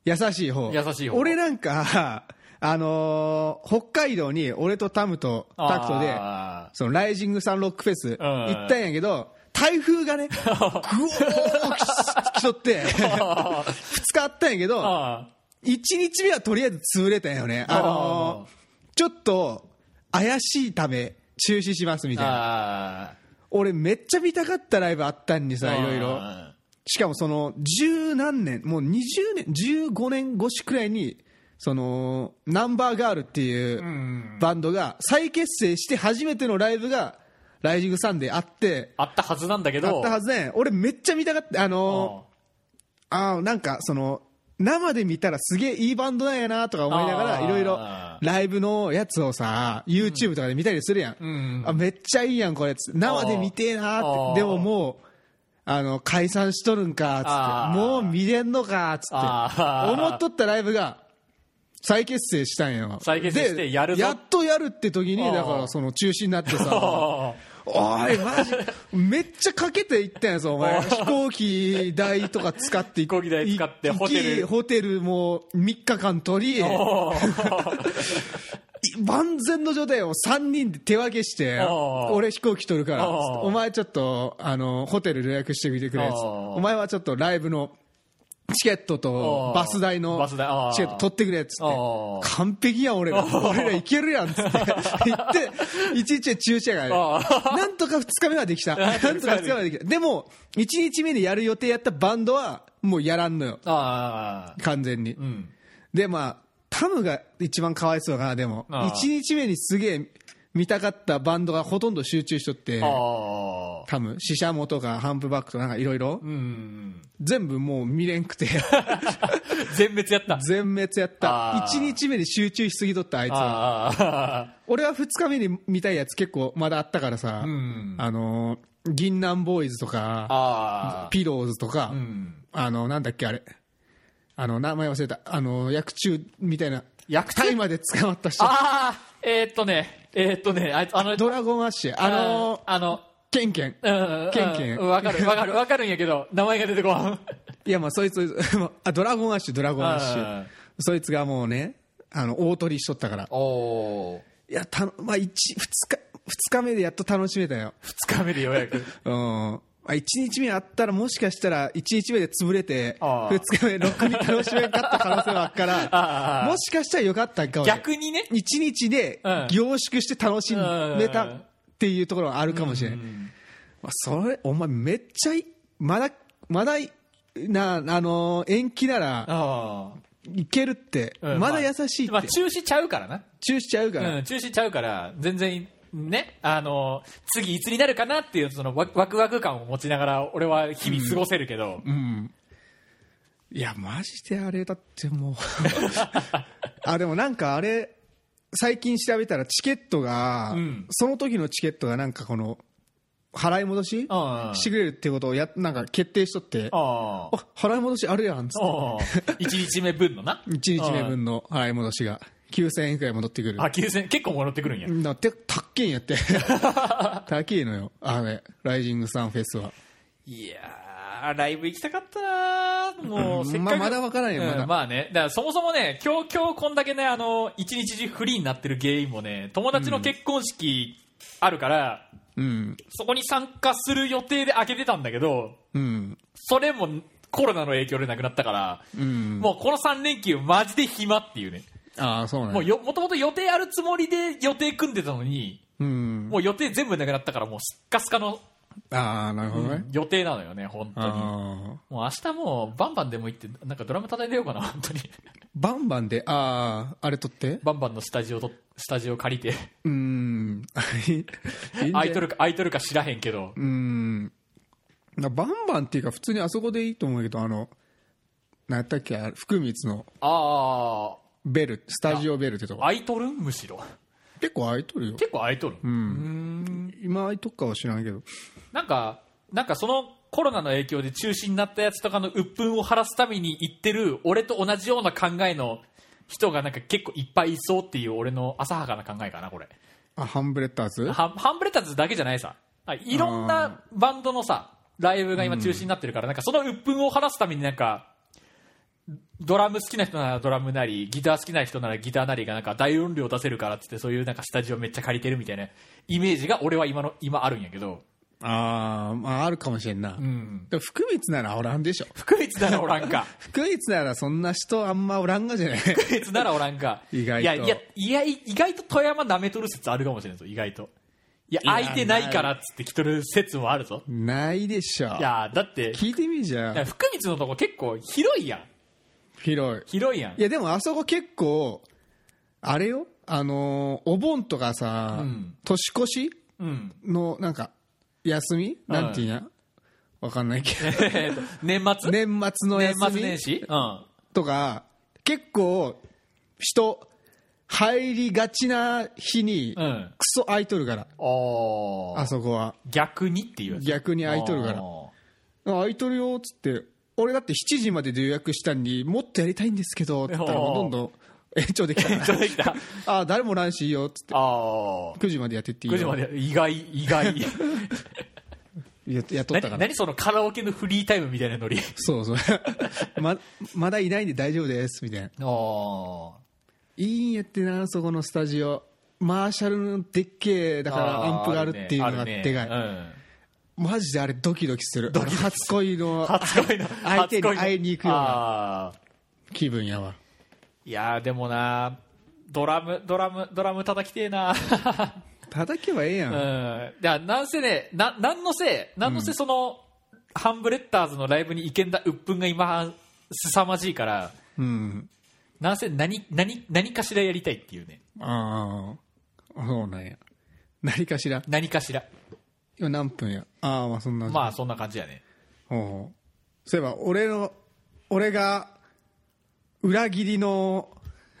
Speaker 2: 優しい方
Speaker 1: 優しい方
Speaker 2: 俺なんかあのー北海道に俺とタムとタクトで
Speaker 1: あ
Speaker 2: そのライジングサンロックフェス行ったんやけど台
Speaker 1: *laughs*
Speaker 2: 風がねぐおーききとって2日あったんやけど
Speaker 1: あ
Speaker 2: 1日目はとりあえず潰れたんよね、あのーちょっと怪しいため中止しますみたいな
Speaker 1: あ
Speaker 2: 俺めっちゃ見たかったライブあったんに
Speaker 1: あ
Speaker 2: さいろいろ
Speaker 1: あ
Speaker 2: しかもその十何年もう20年15年越しくらいにそのナンバーガールっていう
Speaker 1: うん
Speaker 2: バンドが再結成して初めてのライブが「ライジングサンデー」あって
Speaker 1: あったはずなんだけ
Speaker 2: あ
Speaker 1: ど
Speaker 2: ったはずね俺めっちゃ見たかったあのーああなんかその生で見たらすげえいいバンドなんやなとか思いなが
Speaker 1: あ
Speaker 2: ら
Speaker 1: ー
Speaker 2: いろいろライブのやつをさ YouTube とかで見たりするやん、
Speaker 1: ん
Speaker 2: あめっちゃいいやんこれつって生で見てえな
Speaker 1: あ
Speaker 2: ーっ
Speaker 1: ー
Speaker 2: てでももうあの解散しとるんか
Speaker 1: あ
Speaker 2: っつ
Speaker 1: ー
Speaker 2: ってもう見れんのかっつって
Speaker 1: あー
Speaker 2: 思っとったライブが再結成したんよ
Speaker 1: 再結成して
Speaker 2: で
Speaker 1: やるぞ
Speaker 2: やっとやるって時に
Speaker 1: あー
Speaker 2: だからその中止になって
Speaker 1: *laughs*
Speaker 2: さ
Speaker 1: あ
Speaker 2: おいマジめっちゃかけていったんやぞお前飛行機代とか使って飛
Speaker 1: 飛行機代使ってホテル
Speaker 2: ホテルも3日間取り
Speaker 1: おー
Speaker 2: い *laughs* 万全の状態を3人で手分けして
Speaker 1: おー
Speaker 2: 俺飛行機取るから
Speaker 1: おー
Speaker 2: お前ちょっとあのホテル予約してみてくれっつって
Speaker 1: おー
Speaker 2: お前はちょっとライブのチケットと
Speaker 1: おー
Speaker 2: バス代の
Speaker 1: バス代あー
Speaker 2: チケット取ってくれっつって
Speaker 1: おー
Speaker 2: 完璧やん俺ら俺らいけるやんっつって行って一日で駐車街
Speaker 1: あ
Speaker 2: なんとか2日目はで
Speaker 1: *laughs*
Speaker 2: きたなん
Speaker 1: ん
Speaker 2: と
Speaker 1: と
Speaker 2: か
Speaker 1: か
Speaker 2: 2
Speaker 1: 二日
Speaker 2: 日目
Speaker 1: 目
Speaker 2: は
Speaker 1: は
Speaker 2: で
Speaker 1: でき
Speaker 2: きた
Speaker 1: た
Speaker 2: でも1日目にやる予定やったバンドはもうやらんのよ
Speaker 1: あー
Speaker 2: 完全に、
Speaker 1: うん
Speaker 2: でまあタムが一番かわいそうかなでも
Speaker 1: ああ
Speaker 2: 1日目にすげえ見たかったバンドがほとんど集中しとって
Speaker 1: あー
Speaker 2: タムシシャモとかハンプバックとかなんかいろいろ
Speaker 1: うん
Speaker 2: 全部もう見れ
Speaker 1: *laughs*
Speaker 2: んくて
Speaker 1: 全滅やった
Speaker 2: 全滅やった
Speaker 1: ああ
Speaker 2: 1日目に集中しすぎとったあいつは
Speaker 1: あー
Speaker 2: 俺は2日目に見たいやつ結構まだあったからさ、
Speaker 1: ん
Speaker 2: あの銀杏ボーイズとか
Speaker 1: あ
Speaker 2: ピローズとか、
Speaker 1: ーうん
Speaker 2: あのなんだっけあれあの名前忘れたあの薬中みたいな
Speaker 1: 薬中
Speaker 2: タイまで捕まった人
Speaker 1: ああえーっとねえーっとねあいつあの
Speaker 2: ドラゴンアッシュあの
Speaker 1: あの
Speaker 2: ケンケン
Speaker 1: うん
Speaker 2: ケンケン
Speaker 1: うんわかるわかるわかるんやけど名前が出てこん
Speaker 2: いやまあそいつ *laughs* あドラゴンアッシュドラゴンアッ
Speaker 1: あ
Speaker 2: シュ
Speaker 1: ー
Speaker 2: そいつがもうねあの大取りしとったから
Speaker 1: おお
Speaker 2: いやたのまあ1 2日二日目でやっと楽しめたよ
Speaker 1: 2日目でようやく
Speaker 2: うんまあ、1日目あったらもしかしたら1日目で潰れて
Speaker 1: ああ
Speaker 2: 2日目ろくに楽しめなかった可能性もあるか
Speaker 1: あ
Speaker 2: ら
Speaker 1: あ
Speaker 2: もしかしたらよかったんかもしれない
Speaker 1: 逆にね
Speaker 2: 一日で
Speaker 1: うん
Speaker 2: 凝縮して楽しめた
Speaker 1: うん
Speaker 2: っていうところはあるかもしれない、
Speaker 1: うん
Speaker 2: まあ、それお前めっちゃいまだまだいなあのー延期なら
Speaker 1: あ
Speaker 2: いけるって、
Speaker 1: あうん
Speaker 2: まだ優しいって、
Speaker 1: まあ中止ちゃうからな
Speaker 2: 中止ちゃうから、
Speaker 1: うん中止ちゃうから全然ねあの次いつになるかなっていうそのワワクワク感を持ちながら俺は日々過ごせるけど
Speaker 2: うんいやマジであれだってもう
Speaker 1: *laughs*
Speaker 2: あでもなんかあれ最近調べたらチケットが、
Speaker 1: うん
Speaker 2: その時のチケットがなんかこの払い戻し
Speaker 1: ああ
Speaker 2: してくれるってことをやなんか決定しとってあ
Speaker 1: ああ
Speaker 2: 払い戻しあるやんっつって
Speaker 1: 1日目分の
Speaker 2: *laughs*
Speaker 1: な
Speaker 2: 1日目分の払い戻しが9000円くらい戻ってくる
Speaker 1: あ9000結構もらってくるんや
Speaker 2: だってたっけんやって
Speaker 1: *laughs*
Speaker 2: たっけんのよあれライジングサンフェスはい
Speaker 1: やー、ライブ行きたかったなーもう、
Speaker 2: うん
Speaker 1: せっかく。
Speaker 2: まあまだわからんよまだ
Speaker 1: うまあね。だからそもそもね、今日、今日こんだけね、あの、一日中フリーになってる原因もね、友達の結婚式あるから、
Speaker 2: うん
Speaker 1: そこに参加する予定で開けてたんだけど、
Speaker 2: うん
Speaker 1: それもコロナの影響でなくなったから、
Speaker 2: うん
Speaker 1: もうこの3連休マジで暇っていうね。
Speaker 2: ああそうなん
Speaker 1: もう
Speaker 2: や
Speaker 1: よ、もともと予定あるつもりで予定組んでたのに、
Speaker 2: うん
Speaker 1: もう予定全部なくなったから、もうすっかすかの
Speaker 2: ああ、なるほどね。
Speaker 1: 予定なのよね、本当に。も
Speaker 2: あ
Speaker 1: う明
Speaker 2: あ。
Speaker 1: 日もうバンバンでも行って、なんかドラム叩いてようかな、本当に。
Speaker 2: バンバンで、ああ、あれ撮って
Speaker 1: バンバンのスタジオと、スタジオ借りて、
Speaker 2: うーん。
Speaker 1: アイド
Speaker 2: ル。
Speaker 1: ルか、アイドルか知らへんけど
Speaker 2: う、ーん。なバンバンっていうか、普通にあそこでいいと思うけど、あの、なんやったっけ、あれ福光の
Speaker 1: あ
Speaker 2: ベル、スタジオベルってと
Speaker 1: あ、
Speaker 2: こ。
Speaker 1: 空いとるむしろ。
Speaker 2: 結構空いとるよ。
Speaker 1: 結構空いとる。
Speaker 2: 今空いとくかは知らんけど。
Speaker 1: なんか、なんかそのコロナの影響で中止になったやつとかの鬱憤を晴らすために行ってる、俺と同じような考えの人がなんか結構いっぱいいそうっていう俺の浅はかな考えかな、これ。
Speaker 2: あ、ハンブレッダー
Speaker 1: *laughs*
Speaker 2: ズ
Speaker 1: ハンハンブレターズだけじゃないさ。あいろんなバンドのさ、ライブが今中止になってるから、なんかその鬱憤を晴らすためになんか、ドラム好きな人ならドラムなり、ギター好きな人ならギターなりがなんか大音量出せるからってって、そういうなんかスタジオめっちゃ借りてるみたいなイメージが俺は今の、今あるんやけど。
Speaker 2: ああ、まああるかもしれんな。
Speaker 1: うん。
Speaker 2: でも福光ならおらんでしょ。
Speaker 1: 福光ならおらん
Speaker 2: *laughs*
Speaker 1: か。
Speaker 2: 福光ならそんな人あんまおらんがじ
Speaker 1: *laughs*
Speaker 2: ゃない
Speaker 1: 福光ならおらんか。
Speaker 2: 意外と
Speaker 1: いや、いや、いや、意外と富山舐めとる説あるかもしれんぞ、意外と。いや、
Speaker 2: いや
Speaker 1: 空いてないからっつって来とる説もあるぞ。
Speaker 2: ないでしょ。
Speaker 1: いや、だって、
Speaker 2: 聞いてみじ
Speaker 1: だから
Speaker 2: ゃん。
Speaker 1: 福光のとこ結構広いやん
Speaker 2: 広い。
Speaker 1: 広いやん
Speaker 2: いやでもあそこ結構あれよあのーお盆とかさ、
Speaker 1: うん
Speaker 2: 年越し
Speaker 1: うん
Speaker 2: のなんか休み、
Speaker 1: はい
Speaker 2: なんていうんやわかんないけ
Speaker 1: *laughs* えーと年末
Speaker 2: ど *laughs* 年末の
Speaker 1: 年
Speaker 2: 休
Speaker 1: 末
Speaker 2: み
Speaker 1: 年始うん
Speaker 2: とか結構人入りがちな日に
Speaker 1: う
Speaker 2: ク
Speaker 1: ん
Speaker 2: ソ空いとるから、
Speaker 1: あ
Speaker 2: あ
Speaker 1: あ
Speaker 2: そこは
Speaker 1: 逆にっていうやつ
Speaker 2: 逆に空いとるか
Speaker 1: あ
Speaker 2: ら
Speaker 1: ー
Speaker 2: 空いとるよっつって俺だって7時までで予約したのにもっとやりたいんですけどって言ったら
Speaker 1: おー
Speaker 2: どんどん延長できたから
Speaker 1: 出てきたあ
Speaker 2: ああ誰もおらんしいいよっつって
Speaker 1: あ
Speaker 2: 9時までやってっていい
Speaker 1: 9時
Speaker 2: よ
Speaker 1: まで意外意
Speaker 2: *laughs*
Speaker 1: 外
Speaker 2: ややっとったか
Speaker 1: 何
Speaker 2: ら
Speaker 1: 何そのカラオケのフリータイムみたいなノリ
Speaker 2: そうそう *laughs* ままだいないんで大丈夫ですみたいな
Speaker 1: ああ
Speaker 2: いいんやってなそこのスタジオマーシャルのでっけえだからアンプがあるっていうのがでかい、マジであれドキドキする初恋の
Speaker 1: 初恋の
Speaker 2: *laughs* 相
Speaker 1: 初
Speaker 2: 手
Speaker 1: 恋
Speaker 2: に
Speaker 1: の
Speaker 2: 会いに行くような
Speaker 1: あー
Speaker 2: 気分やわ
Speaker 1: いやーでもなドラムドラムドラム叩きてえな
Speaker 2: 叩けばええやん、
Speaker 1: うんいやなんせね、ななんのせい、なんのせいその、ハンブレッダーズのライブに行けんだ鬱憤が今、凄まじいから、
Speaker 2: うん
Speaker 1: なんせ何何何かしらやりたいっていうね、
Speaker 2: ああそうなんや何かしら
Speaker 1: 何かしら、
Speaker 2: 今何分やああまあそんな
Speaker 1: まあそんな感じやね、
Speaker 2: ほうほうそういえば俺の俺が裏切りの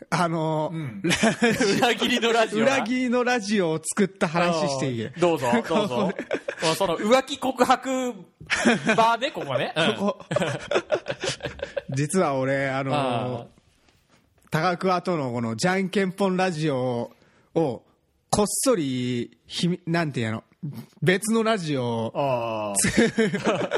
Speaker 2: あの、
Speaker 1: ん裏切りのラジオな
Speaker 2: 裏切りのラジオを作った話していい
Speaker 1: あのどうぞ、どうぞ、もうその浮気告白場
Speaker 2: *laughs*
Speaker 1: で、ここね、うん
Speaker 2: ここ実は俺あの
Speaker 1: あ
Speaker 2: 高桑とのこのじゃんけんぽんラジオをこっそりひみなんていうの別のラジオを
Speaker 1: あー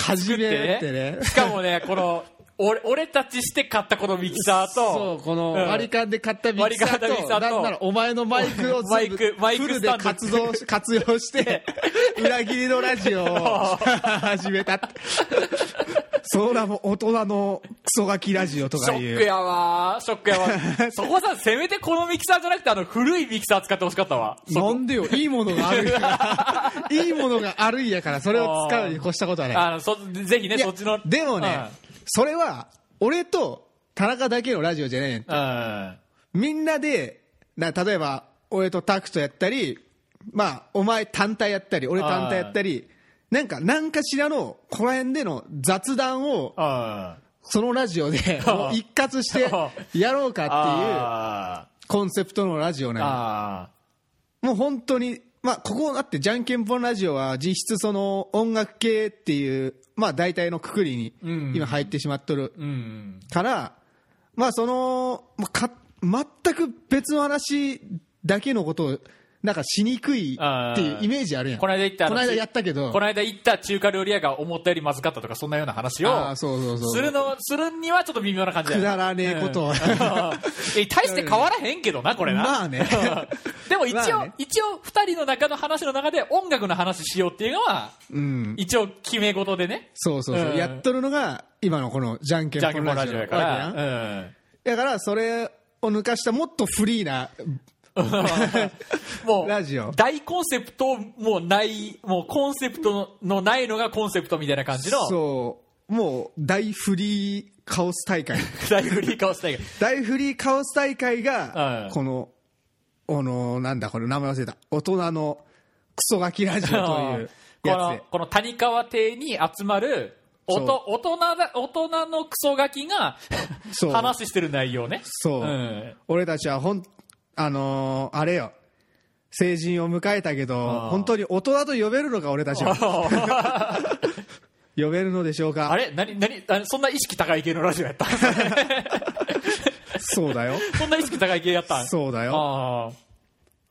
Speaker 2: 始めってね
Speaker 1: しかもね、この俺俺たちして買ったこのミキサーと、
Speaker 2: そうこの
Speaker 1: うん
Speaker 2: 割り勘で買ったミキサーと
Speaker 1: 割り勘で買ったミキサーと
Speaker 2: なんならお前のマイク
Speaker 1: *laughs*
Speaker 2: を
Speaker 1: マイクマイク
Speaker 2: フル
Speaker 1: ス
Speaker 2: で
Speaker 1: タンド
Speaker 2: 活動し活用して
Speaker 1: *laughs*
Speaker 2: 裏切りのラジオを始めたってその名も大人のクソガキラジオと
Speaker 1: シ
Speaker 2: か
Speaker 1: ョ
Speaker 2: い
Speaker 1: ック
Speaker 2: う
Speaker 1: やわーショックや
Speaker 2: *laughs*
Speaker 1: わそこさせめてこのミキサーじゃなくてあの古いミキサー使ってほしかったわそ
Speaker 2: なんでよいいものがあるんやからいいものがあるんやからそれを使うに越したことはない
Speaker 1: あのそぜひね
Speaker 2: いや
Speaker 1: そっちの
Speaker 2: でもね
Speaker 1: うん
Speaker 2: それは俺と田中だけのラジオじゃないねん
Speaker 1: うん
Speaker 2: みんなで、な例えば、俺とタクトやったり、まあ、お前単体やったり、俺単体やったり、なんか、何かしらの、この辺での雑談を、
Speaker 1: うん
Speaker 2: そのラジオで、もう一括してやろうかっ
Speaker 1: あ
Speaker 2: ていうコンセプトのラジ
Speaker 1: ー
Speaker 2: オな
Speaker 1: あ
Speaker 2: の。もう本当に、まあ、ここだって、じゃんけんぽんラジオは、実質その、音楽系っていう、まあ、大体のくくりに、
Speaker 1: うん
Speaker 2: 今入ってしまっとる
Speaker 1: ーうん
Speaker 2: から、まあ、その、まあか全く別の話だけのことをなんかしにくいっていうイメージあるやん
Speaker 1: この間行ったあ
Speaker 2: この間やったけど
Speaker 1: この間行った中華料理屋が思ったよりまずかったとかそんなような話
Speaker 2: あ
Speaker 1: を
Speaker 2: ーそうそうそう
Speaker 1: するのするにはちょっと微妙な感じだよ
Speaker 2: くだらねえことを
Speaker 1: うん *laughs* え大して変わらへんけどなこれな
Speaker 2: *laughs* まあね
Speaker 1: *laughs* でも一応、
Speaker 2: まあね
Speaker 1: 一応二人の中の話の中で音楽の話しようっていうのは
Speaker 2: うん
Speaker 1: 一応決め事でね
Speaker 2: そうそうそう、
Speaker 1: うん
Speaker 2: やっとるのが今のこのじゃんけん
Speaker 1: ジャン
Speaker 2: ぽ
Speaker 1: ケ
Speaker 2: ん
Speaker 1: ンポン
Speaker 2: ラ
Speaker 1: ラ
Speaker 2: ジ
Speaker 1: ジ
Speaker 2: オ
Speaker 1: オ
Speaker 2: なわ
Speaker 1: や
Speaker 2: け
Speaker 1: か
Speaker 2: やん
Speaker 1: ら、 *laughs*
Speaker 2: だからそれを抜かしたもっとフリーな
Speaker 1: も
Speaker 2: ラジオ
Speaker 1: う、大コンセプトもうない、もうコンセプトのないのがコンセプトみたいな感じの、
Speaker 2: そうもう大フリーカオス大会
Speaker 1: 大フリーカオス大会。
Speaker 2: 大フリーカオス大会が
Speaker 1: うん
Speaker 2: この、あのなんだこれ名前忘れた大人のクソガキラジオという
Speaker 1: *laughs* こ
Speaker 2: やつ
Speaker 1: の
Speaker 2: で
Speaker 1: この谷川邸に集まるおと大人だ大人のクソガキが
Speaker 2: そう
Speaker 1: 話してる内容ね
Speaker 2: そう、
Speaker 1: ん *laughs*
Speaker 2: 俺たちはほんあのーあれよ成人を迎えたけ
Speaker 1: あ
Speaker 2: ど
Speaker 1: ー
Speaker 2: 本当に大人と呼べるのか俺たちは呼べるのでしょうか
Speaker 1: あれ何何あそんな意識高い系のラジオやった *laughs*
Speaker 2: そうだよ
Speaker 1: そんな意識高い系やった
Speaker 2: そうだ
Speaker 1: あ
Speaker 2: よ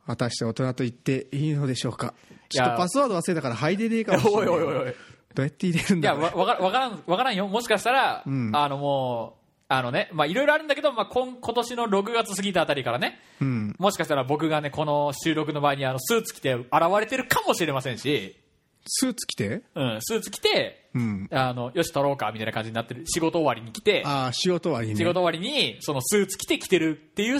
Speaker 2: 果たして大人と言っていいのでしょうかちょ
Speaker 1: い
Speaker 2: っと
Speaker 1: や
Speaker 2: パスワード忘れたから入れねえか
Speaker 1: あ
Speaker 2: もしれ
Speaker 1: お
Speaker 2: ない
Speaker 1: いおいおいおい
Speaker 2: どうやって入れるん
Speaker 1: い
Speaker 2: だ
Speaker 1: や
Speaker 2: ろう
Speaker 1: わわからわからんわからんよもしかしたら、
Speaker 2: ん
Speaker 1: あのもうあのねまあいろいろあるんだけど、まあ、今今年の6月過ぎたあたりからね
Speaker 2: うん
Speaker 1: もしかしたら僕がねこの収録の前にあのスーツ着て現れてるかもしれませんし、
Speaker 2: スーツ着て
Speaker 1: うん、スーツ着て
Speaker 2: うん
Speaker 1: あのよし、取ろうかみたいな感じになってる、仕事終わりに来て、
Speaker 2: ああ仕事はいいね
Speaker 1: 仕事終わりにそのスーツ着て来てるっていう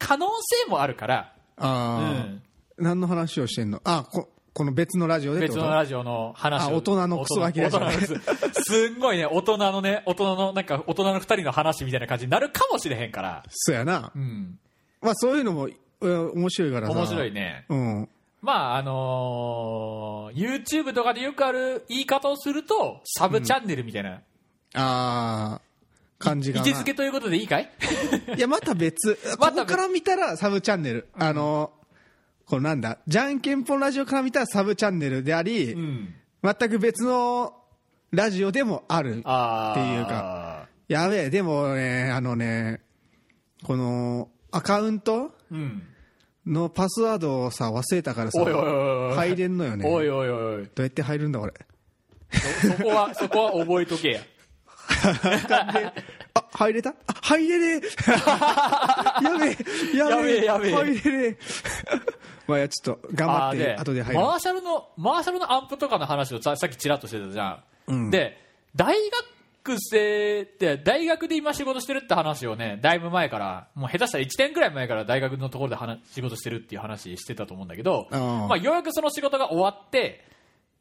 Speaker 1: 可能性もあるから、う
Speaker 2: ああ、
Speaker 1: ん、
Speaker 2: 何の話をしてんのあここの別のラジオでって
Speaker 1: 別
Speaker 2: こと
Speaker 1: のラジオの話
Speaker 2: あ
Speaker 1: を、
Speaker 2: 大人のクソガキラジオね
Speaker 1: 大人のクソすんごいね、大人のね、大人の、なんか大人の二人の話みたいな感じになるかもしれへんから、
Speaker 2: そうやな、
Speaker 1: うん、
Speaker 2: まあそういうのもうん面白いからさ
Speaker 1: 面白いね。
Speaker 2: うん
Speaker 1: まあ、あのー YouTube とかでよくある言い方をすると、サブチャンネルみたいな、
Speaker 2: ああ感じ
Speaker 1: 位
Speaker 2: がな
Speaker 1: 置づけということでいいかい
Speaker 2: いやまた別
Speaker 1: *laughs* ま
Speaker 2: こ
Speaker 1: た別
Speaker 2: こから見たらサブチャンネル、あのこのなんだじゃんけんぽんラジオから見たらサブチャンネルであり、
Speaker 1: うん。
Speaker 2: 全く別のラジオでもある
Speaker 1: あー
Speaker 2: っていうかやべえでもねあのねこのアカウント
Speaker 1: うん。
Speaker 2: のパスワードをさ忘れたからさ
Speaker 1: おいおいおいおい。
Speaker 2: 入れんのよね
Speaker 1: おいおいおい
Speaker 2: どうやって入るんだ俺
Speaker 1: そそこはそこは覚えとけや
Speaker 2: あ入れたあ入れねえ *laughs* やべえやべえ
Speaker 1: やべえやべえ
Speaker 2: 入れねえ *laughs* まあいやちょっと頑張
Speaker 1: あ
Speaker 2: っ
Speaker 1: ー
Speaker 2: て後で入る
Speaker 1: マーシャルのマーシャルのアンプとかの話をささっきちらっとしてたじゃん、
Speaker 2: うん
Speaker 1: で大学生って大学で今仕事してるって話をねだいぶ前からもう下手したら1年ぐらい前から大学のところで話仕事してるっていう話してたと思うんだけど、
Speaker 2: うん
Speaker 1: まあ、ようやくその仕事が終わって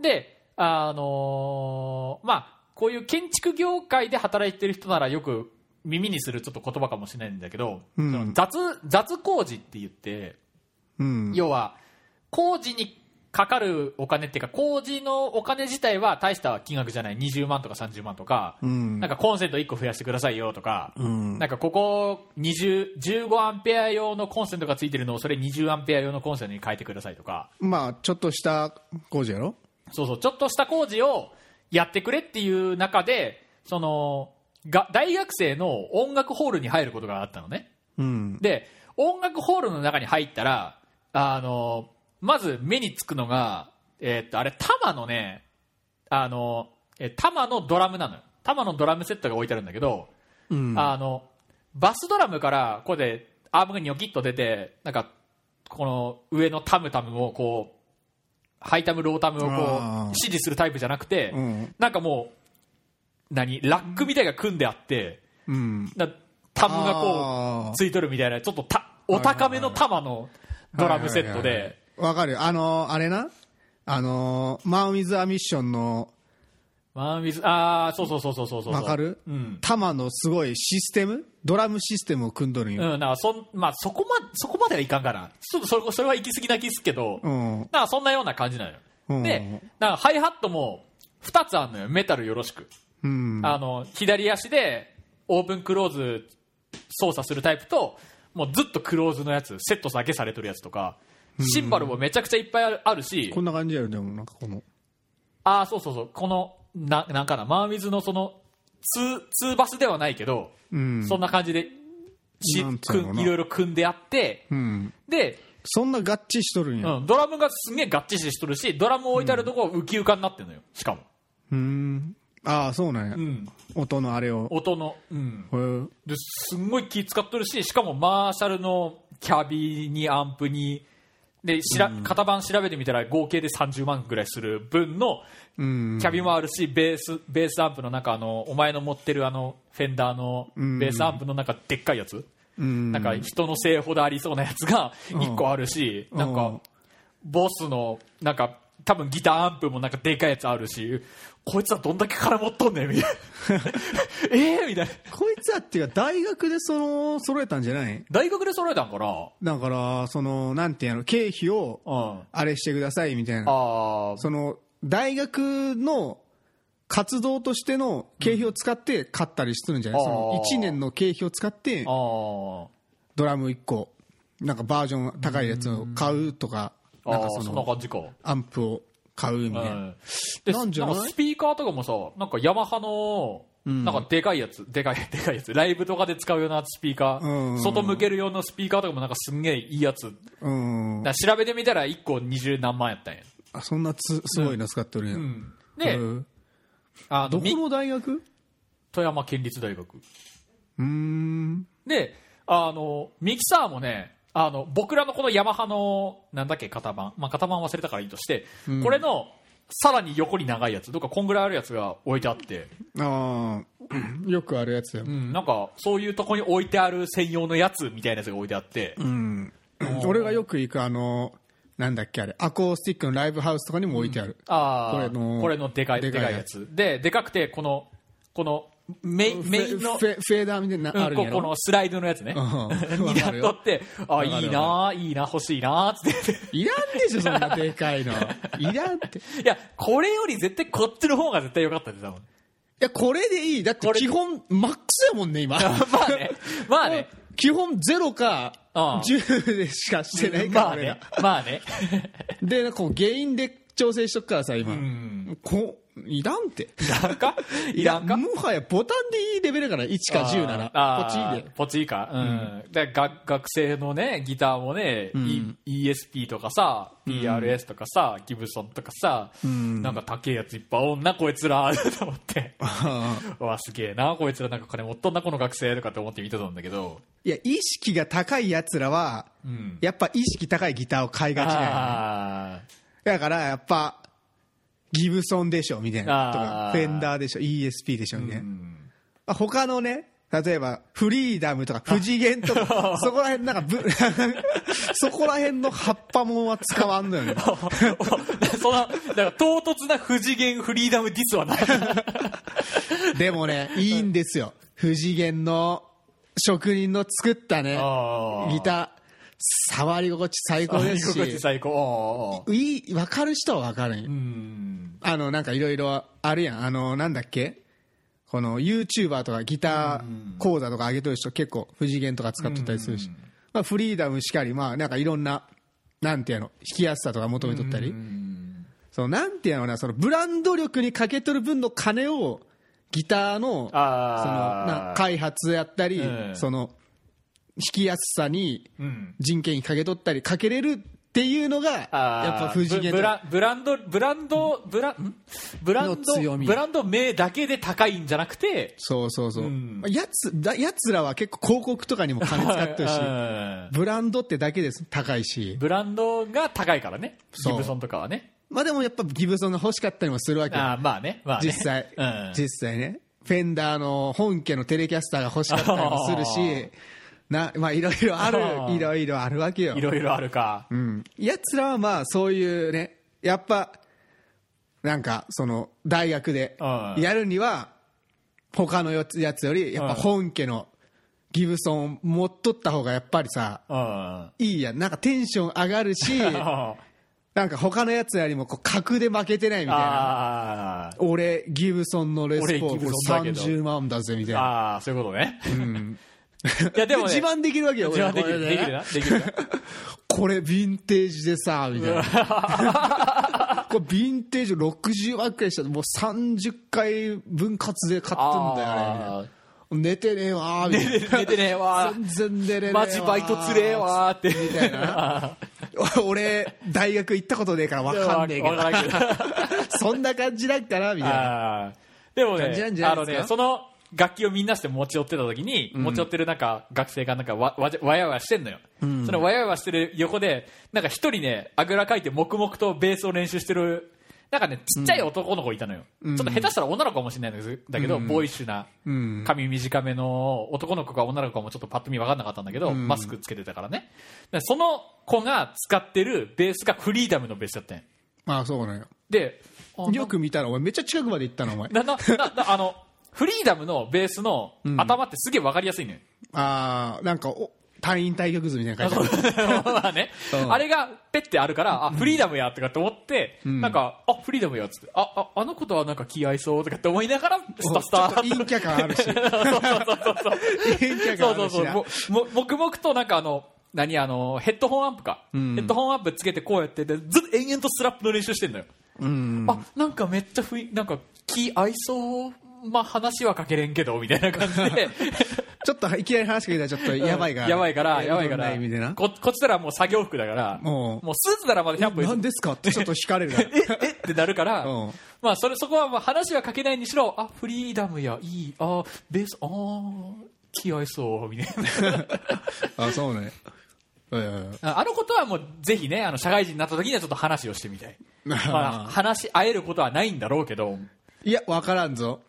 Speaker 1: であのーまあこういう建築業界で働いてる人ならよく耳にするちょっと言葉かもしれないんだけど、
Speaker 2: うん
Speaker 1: その雑雑工事って言って
Speaker 2: うん
Speaker 1: 要は工事にかかるお金っていうか工事のお金自体は大した金額じゃない20万とか30万とか、
Speaker 2: うん
Speaker 1: なんかコンセント1個増やしてくださいよとか、
Speaker 2: うん
Speaker 1: なんかここ20 15アンペア用のコンセントがついてるのをそれ20アンペア用のコンセントに変えてくださいとか
Speaker 2: まあちょっとした工事やろ
Speaker 1: そうそうちょっとした工事をやってくれっていう中でそのが大学生の音楽ホールに入ることがあったのね。
Speaker 2: うん
Speaker 1: で音楽ホールの中に入ったらあのまず目につくのが、えーっとあれタマのねあのえタマのドラムなのよタマのドラムセットが置いてあるんだけど、
Speaker 2: うん
Speaker 1: あのバスドラムからこうでアームがニョキッと出てなんかこの上のタムタムをこうハイタムロータムを
Speaker 2: あー
Speaker 1: こう指示するタイプじゃなくて、
Speaker 2: うん
Speaker 1: なんかもう何ラックみたいが組んであって、
Speaker 2: うん
Speaker 1: なタムがこ
Speaker 2: あー
Speaker 1: うついとるみたいなちょっとたお高めの玉のドラムセット
Speaker 2: はいはいはいは
Speaker 1: で
Speaker 2: いわかるよあのーあれなあのーマン・ウィズ・ア・ミッションの
Speaker 1: ワンウィズああそうそうそうそうそうそう
Speaker 2: わかる
Speaker 1: うん、
Speaker 2: タマのすごいシステムドラムシステムを組んどるん
Speaker 1: うん、な
Speaker 2: よ
Speaker 1: んかそんまあそこまそこまではいかんかなちょっとそれそれは行き過ぎな気すっけど、
Speaker 2: うん
Speaker 1: なんかそんなような感じなのよ、
Speaker 2: うん
Speaker 1: でなんかハイハットも2つあるのよメタルよろしく、
Speaker 2: うん
Speaker 1: あの左足でオープンクローズ操作するタイプともうずっとクローズのやつセットだけされてるやつとかシンバルもめちゃくちゃいっぱいあるあるし、
Speaker 2: こんな感じやろでもなんかこの
Speaker 1: ああ、そうそうそう、この、ななんかな、マーミズのその、ツー、ツーバスではないけど、
Speaker 2: うん
Speaker 1: そんな感じで、し
Speaker 2: なんつうのかな
Speaker 1: 組んいろいろ組んであって、
Speaker 2: うん
Speaker 1: で、
Speaker 2: そんな合致しとるんや
Speaker 1: うん、ドラムがすんげえ合致しとるし、ドラム置いてあるとこウキウカになってるのよ、しかも。
Speaker 2: うんああそうなんや
Speaker 1: うん、
Speaker 2: 音のあれを
Speaker 1: 音の。うん。
Speaker 2: へー
Speaker 1: ですんごい気使っとるし、しかもマーシャルのキャビにアンプに、で、しら、型番調べてみたら合計で30万ぐらいする分の
Speaker 2: うん
Speaker 1: キャビもあるし、ベースベースアンプの中あのお前の持ってるあのフェンダーのベースアンプの中でっかいやつ、
Speaker 2: ん
Speaker 1: なんか人のせいほどありそうなやつが1個あるし、
Speaker 2: ん
Speaker 1: なん
Speaker 2: うん
Speaker 1: かボスのなんか多分ギターアンプもなんかでかいやつあるしこいつはどんだけ金持っとんねんみ
Speaker 2: *laughs*
Speaker 1: たいなえーみたいな
Speaker 2: こいつはっていうか大学でその揃えたんじゃない
Speaker 1: 大学で揃えたんかな
Speaker 2: だからそのなんていうの経費を
Speaker 1: うん
Speaker 2: あれしてくださいみたいな
Speaker 1: あー
Speaker 2: その大学の活動としての経費を使って買ったりするんじゃない、
Speaker 1: うん
Speaker 2: その1年の経費を使って
Speaker 1: あー
Speaker 2: ドラム1個なんかバージョン高いやつを買うとかなん
Speaker 1: あ
Speaker 2: か
Speaker 1: ー
Speaker 2: そ
Speaker 1: そんな
Speaker 2: の
Speaker 1: 感じか
Speaker 2: アンプを買うみたいな
Speaker 1: うんで
Speaker 2: な
Speaker 1: なんん
Speaker 2: じゃない
Speaker 1: かスピーカーとかもさなんかヤマハのなんかでかいやつ、でかい *laughs* でかいやつライブとかで使うようなスピーカー、
Speaker 2: うん
Speaker 1: 外向ける用のスピーカーとかもなんかすんげえいいやつ
Speaker 2: うん
Speaker 1: だから調べてみたら1個20何万やったんや、
Speaker 2: あそんなつすごいの使ってるんや、
Speaker 1: うん、で、
Speaker 2: うん
Speaker 1: あ
Speaker 2: ど
Speaker 1: の
Speaker 2: こ
Speaker 1: み
Speaker 2: の大学
Speaker 1: 富山県立大学
Speaker 2: うーん
Speaker 1: であのミキサーもねあの僕らのこのヤマハのなんだっけ型番、まあ、型番忘れたからいいとして、
Speaker 2: うん
Speaker 1: これのさらに横に長いやつどっかこんぐらいあるやつが置いてあって、
Speaker 2: ああよくあるやつや
Speaker 1: うん、なんかそういうとこに置いてある専用のやつみたいなやつが置いてあって、
Speaker 2: うん、俺がよく行くあのなんだっけあれアコースティックのライブハウスとかにも置いてある、
Speaker 1: あこれ
Speaker 2: これの
Speaker 1: のこれのでかい
Speaker 2: で
Speaker 1: で
Speaker 2: かい
Speaker 1: かいやつででかくてこのこのメイン
Speaker 2: フ
Speaker 1: メイ
Speaker 2: ェ
Speaker 1: ンの
Speaker 2: フェフェーダーみたいなのあ
Speaker 1: うん、
Speaker 2: るん
Speaker 1: こ
Speaker 2: やろ、
Speaker 1: このスライドのやつね、
Speaker 2: うんわかる
Speaker 1: に
Speaker 2: よ
Speaker 1: なっとってあ
Speaker 2: るよ
Speaker 1: いいないいな欲しいなっつって
Speaker 2: いらんでしょそんなでかい
Speaker 1: *laughs*
Speaker 2: のいらんってい
Speaker 1: いやこれより絶対こっちの方が絶対良かったで多分
Speaker 2: やこれでいいだって
Speaker 1: これ
Speaker 2: 基本マックスやもんね
Speaker 1: *laughs*
Speaker 2: 今 *laughs*
Speaker 1: まあねまあね
Speaker 2: 基本ゼロか
Speaker 1: ああ
Speaker 2: 10でしかしてないから
Speaker 1: まあ
Speaker 2: 俺ら
Speaker 1: ねまあね
Speaker 2: でなんかこう原因で調整しとくからさ今、
Speaker 1: ん
Speaker 2: こういらんって
Speaker 1: いらんかいらんか
Speaker 2: もはやボタンでいいレベルから1か10ならこっちいいで
Speaker 1: ポチいいか、うん、で学学生のねギターもね、E- ESP とかさ PRS とかさ、ギブソンとかさ、
Speaker 2: ん
Speaker 1: なんか高えやついっぱいおんなこいつらと思って *laughs*
Speaker 2: ああ
Speaker 1: うわすげえなこいつらなんか金持っとんなこの学生とかって思って見てたんだけど
Speaker 2: いや、意識が高い奴らは、
Speaker 1: うん
Speaker 2: やっぱ意識高いギターを買いがちなんよね
Speaker 1: あ
Speaker 2: だから、やっぱ、ギブソンでしょ、みたいな。とか
Speaker 1: あ、ー
Speaker 2: フェンダーでしょ、ESP でしょ、みたい
Speaker 1: ーう
Speaker 2: な。
Speaker 1: ん
Speaker 2: あ他のね、例えば、フリーダムとか、不次元とか、
Speaker 1: *laughs*
Speaker 2: そこら辺、なんかぶ、 *laughs* そこら辺の葉っぱもんは使わんのよ
Speaker 1: *laughs*
Speaker 2: ね。
Speaker 1: おお *laughs* そのなんか唐突な不次元フリーダムディスはない
Speaker 2: でもね、いいんですよ。不次元の職人の作ったね、
Speaker 1: あー
Speaker 2: ギター、触り心地最高です
Speaker 1: 居心地
Speaker 2: し、
Speaker 1: 最高おーおー
Speaker 2: いい、わかる人はわかるんよ
Speaker 1: うん
Speaker 2: あの、なんかいろいろあるやん。あの、なんだっけこの YouTuber とかギター講座とか上げとる人結構不次元とか使っとったりするし。まあ、フリーダムしかり、まあ、なんかいろんな、なんていうの、弾きやすさとか求めとったり。その、なんていうのかな、そのブランド力にかけとる分の金を、ギターの、その、な
Speaker 1: あー
Speaker 2: 開発やったり、
Speaker 1: うん
Speaker 2: その、弾きやすさに
Speaker 1: うん
Speaker 2: 人件費かけとったり、かけれるっていうのが、やっ
Speaker 1: あー
Speaker 2: ぱ不次元
Speaker 1: ブブラブランドブランドブラんブラン
Speaker 2: の強
Speaker 1: ド
Speaker 2: み
Speaker 1: ブランド名だけで高いんじゃなくて
Speaker 2: そうそうそう、
Speaker 1: うん
Speaker 2: やつだやつらは結構広告とかにも金使
Speaker 1: *laughs*
Speaker 2: ってるし
Speaker 1: うん
Speaker 2: ブランドってだけです高いし
Speaker 1: ブランドが高いからね
Speaker 2: そう
Speaker 1: ギブソンとかはね
Speaker 2: まあでもやっぱギブソンが欲しかったりもするわけ
Speaker 1: あーまあね,、まあ、ね
Speaker 2: 実際、
Speaker 1: うん
Speaker 2: 実際ねフェンダーの本家のテレキャスターが欲しかったりもするしなまあいろいろあ
Speaker 1: あ
Speaker 2: る
Speaker 1: ー
Speaker 2: いろいろあるわけよ
Speaker 1: いろいろあるか、
Speaker 2: うん、やつらはまあそういうねやっぱなんかその大学で
Speaker 1: うん
Speaker 2: やるには他のやつやつよりやっぱ
Speaker 1: うん
Speaker 2: 本家のギブソン持っとった方がやっぱりさ
Speaker 1: うん
Speaker 2: いいやんなんかテンション上がる
Speaker 1: *laughs*
Speaker 2: し
Speaker 1: あ
Speaker 2: なんか他のやつよりもこう格で負けてないみたいな
Speaker 1: あ
Speaker 2: 俺ギブソンのレスポー
Speaker 1: 俺ギ
Speaker 2: ル
Speaker 1: ブソンだけど
Speaker 2: 30万だぜみたいな
Speaker 1: ああそういうことね、いやでも、ね、
Speaker 2: 自慢できるわけよ
Speaker 1: 自慢でき
Speaker 2: 俺
Speaker 1: る
Speaker 2: これ
Speaker 1: できるなできるな
Speaker 2: これヴィンテージでさみたい
Speaker 1: *laughs*
Speaker 2: なこれヴィンテージ60万くらいしたもう30回分割で買ってんだよねみたいな
Speaker 1: あ
Speaker 2: 寝てねえわみたいな
Speaker 1: ー
Speaker 2: *laughs*
Speaker 1: 寝てねえわー
Speaker 2: 全然寝れねえわ
Speaker 1: マジバイトつれえわーって
Speaker 2: みたいな
Speaker 1: *laughs*
Speaker 2: 俺大学行ったことねえから分かんねえけど
Speaker 1: わからんけど
Speaker 2: そんな感じだったなみたいな
Speaker 1: あーでも
Speaker 2: 感じなんじ
Speaker 1: ね、
Speaker 2: ゃ
Speaker 1: あ
Speaker 2: な
Speaker 1: の
Speaker 2: いですか
Speaker 1: ね、その楽器をみんなして持ち寄ってた時に、持ち寄ってるなんか学生がなんかわわじゃわやわやしてんのよ。そのわやわやしてる横で、なんか一人ね、あぐらかいて黙々とベースを練習してるなんかね、ちっちゃい男の子いたのよ。ちょっと下手したら女の子かもしれないんですだけど、ボーイッシュな、
Speaker 2: うん
Speaker 1: 髪短めの男の子か女の子かもちょっとパッと見分かんなかったんだけど、
Speaker 2: ん
Speaker 1: マスクつけてたからね。でその子が使ってるベースがフリーダムのベースだったんよ
Speaker 2: ああそうなのよ
Speaker 1: で、あ
Speaker 2: よく見たらお前めっちゃ近くまで行ったなお前
Speaker 1: な、な、な、なあの、フリーダムのベースの頭ってすげえわかりやすい
Speaker 2: *laughs*
Speaker 1: のよ。
Speaker 2: ああなんかお隊員退局図みたいな感じ
Speaker 1: まあね、
Speaker 2: うん
Speaker 1: あれがペッてあるから、あ、フリーダムやとかって思って、なんか、あ、フリーダムやっつって、あ、あ、あの子とはなんか気合いそうとかって思いながら、スタスタ
Speaker 2: 陰キャ感あ
Speaker 1: *laughs*
Speaker 2: るし
Speaker 1: そうそう
Speaker 2: 陰キャ感あるし
Speaker 1: そう、
Speaker 2: な
Speaker 1: も、も、黙々となんかあの、何あの、ヘッドホンアンプか。
Speaker 2: ん
Speaker 1: ヘッドホンアンプつけてこうやって、でずっと延々とスラップの練習してんのよ。
Speaker 2: うん
Speaker 1: あ、なんかめっちゃふい、なんか気合いそう。まあ話はかけれんけど、みたいな感じで。
Speaker 2: ちょっといきなり話しかけたらちょっとやばいから
Speaker 1: やばいから、やばいか
Speaker 2: どん
Speaker 1: ら。
Speaker 2: な意味でな
Speaker 1: ここっちならもう作業服だから、
Speaker 2: もう
Speaker 1: もうスーツならまだ100歩譲
Speaker 2: 何
Speaker 1: っ
Speaker 2: ですかってちょっと惹かれるから
Speaker 1: えってなるから、
Speaker 2: *laughs* うん
Speaker 1: まあそれそこはまあ話はかけないにしろあフリーダムやいいあベースあー気合いそうみたいな *laughs*
Speaker 2: あそうねうんうんうん *laughs*
Speaker 1: ああのことはもうぜひねあの社会人になった時にはちょっと話をしてみたい
Speaker 2: *laughs*
Speaker 1: まあ話し合えることはないんだろうけど
Speaker 2: いや分からんぞ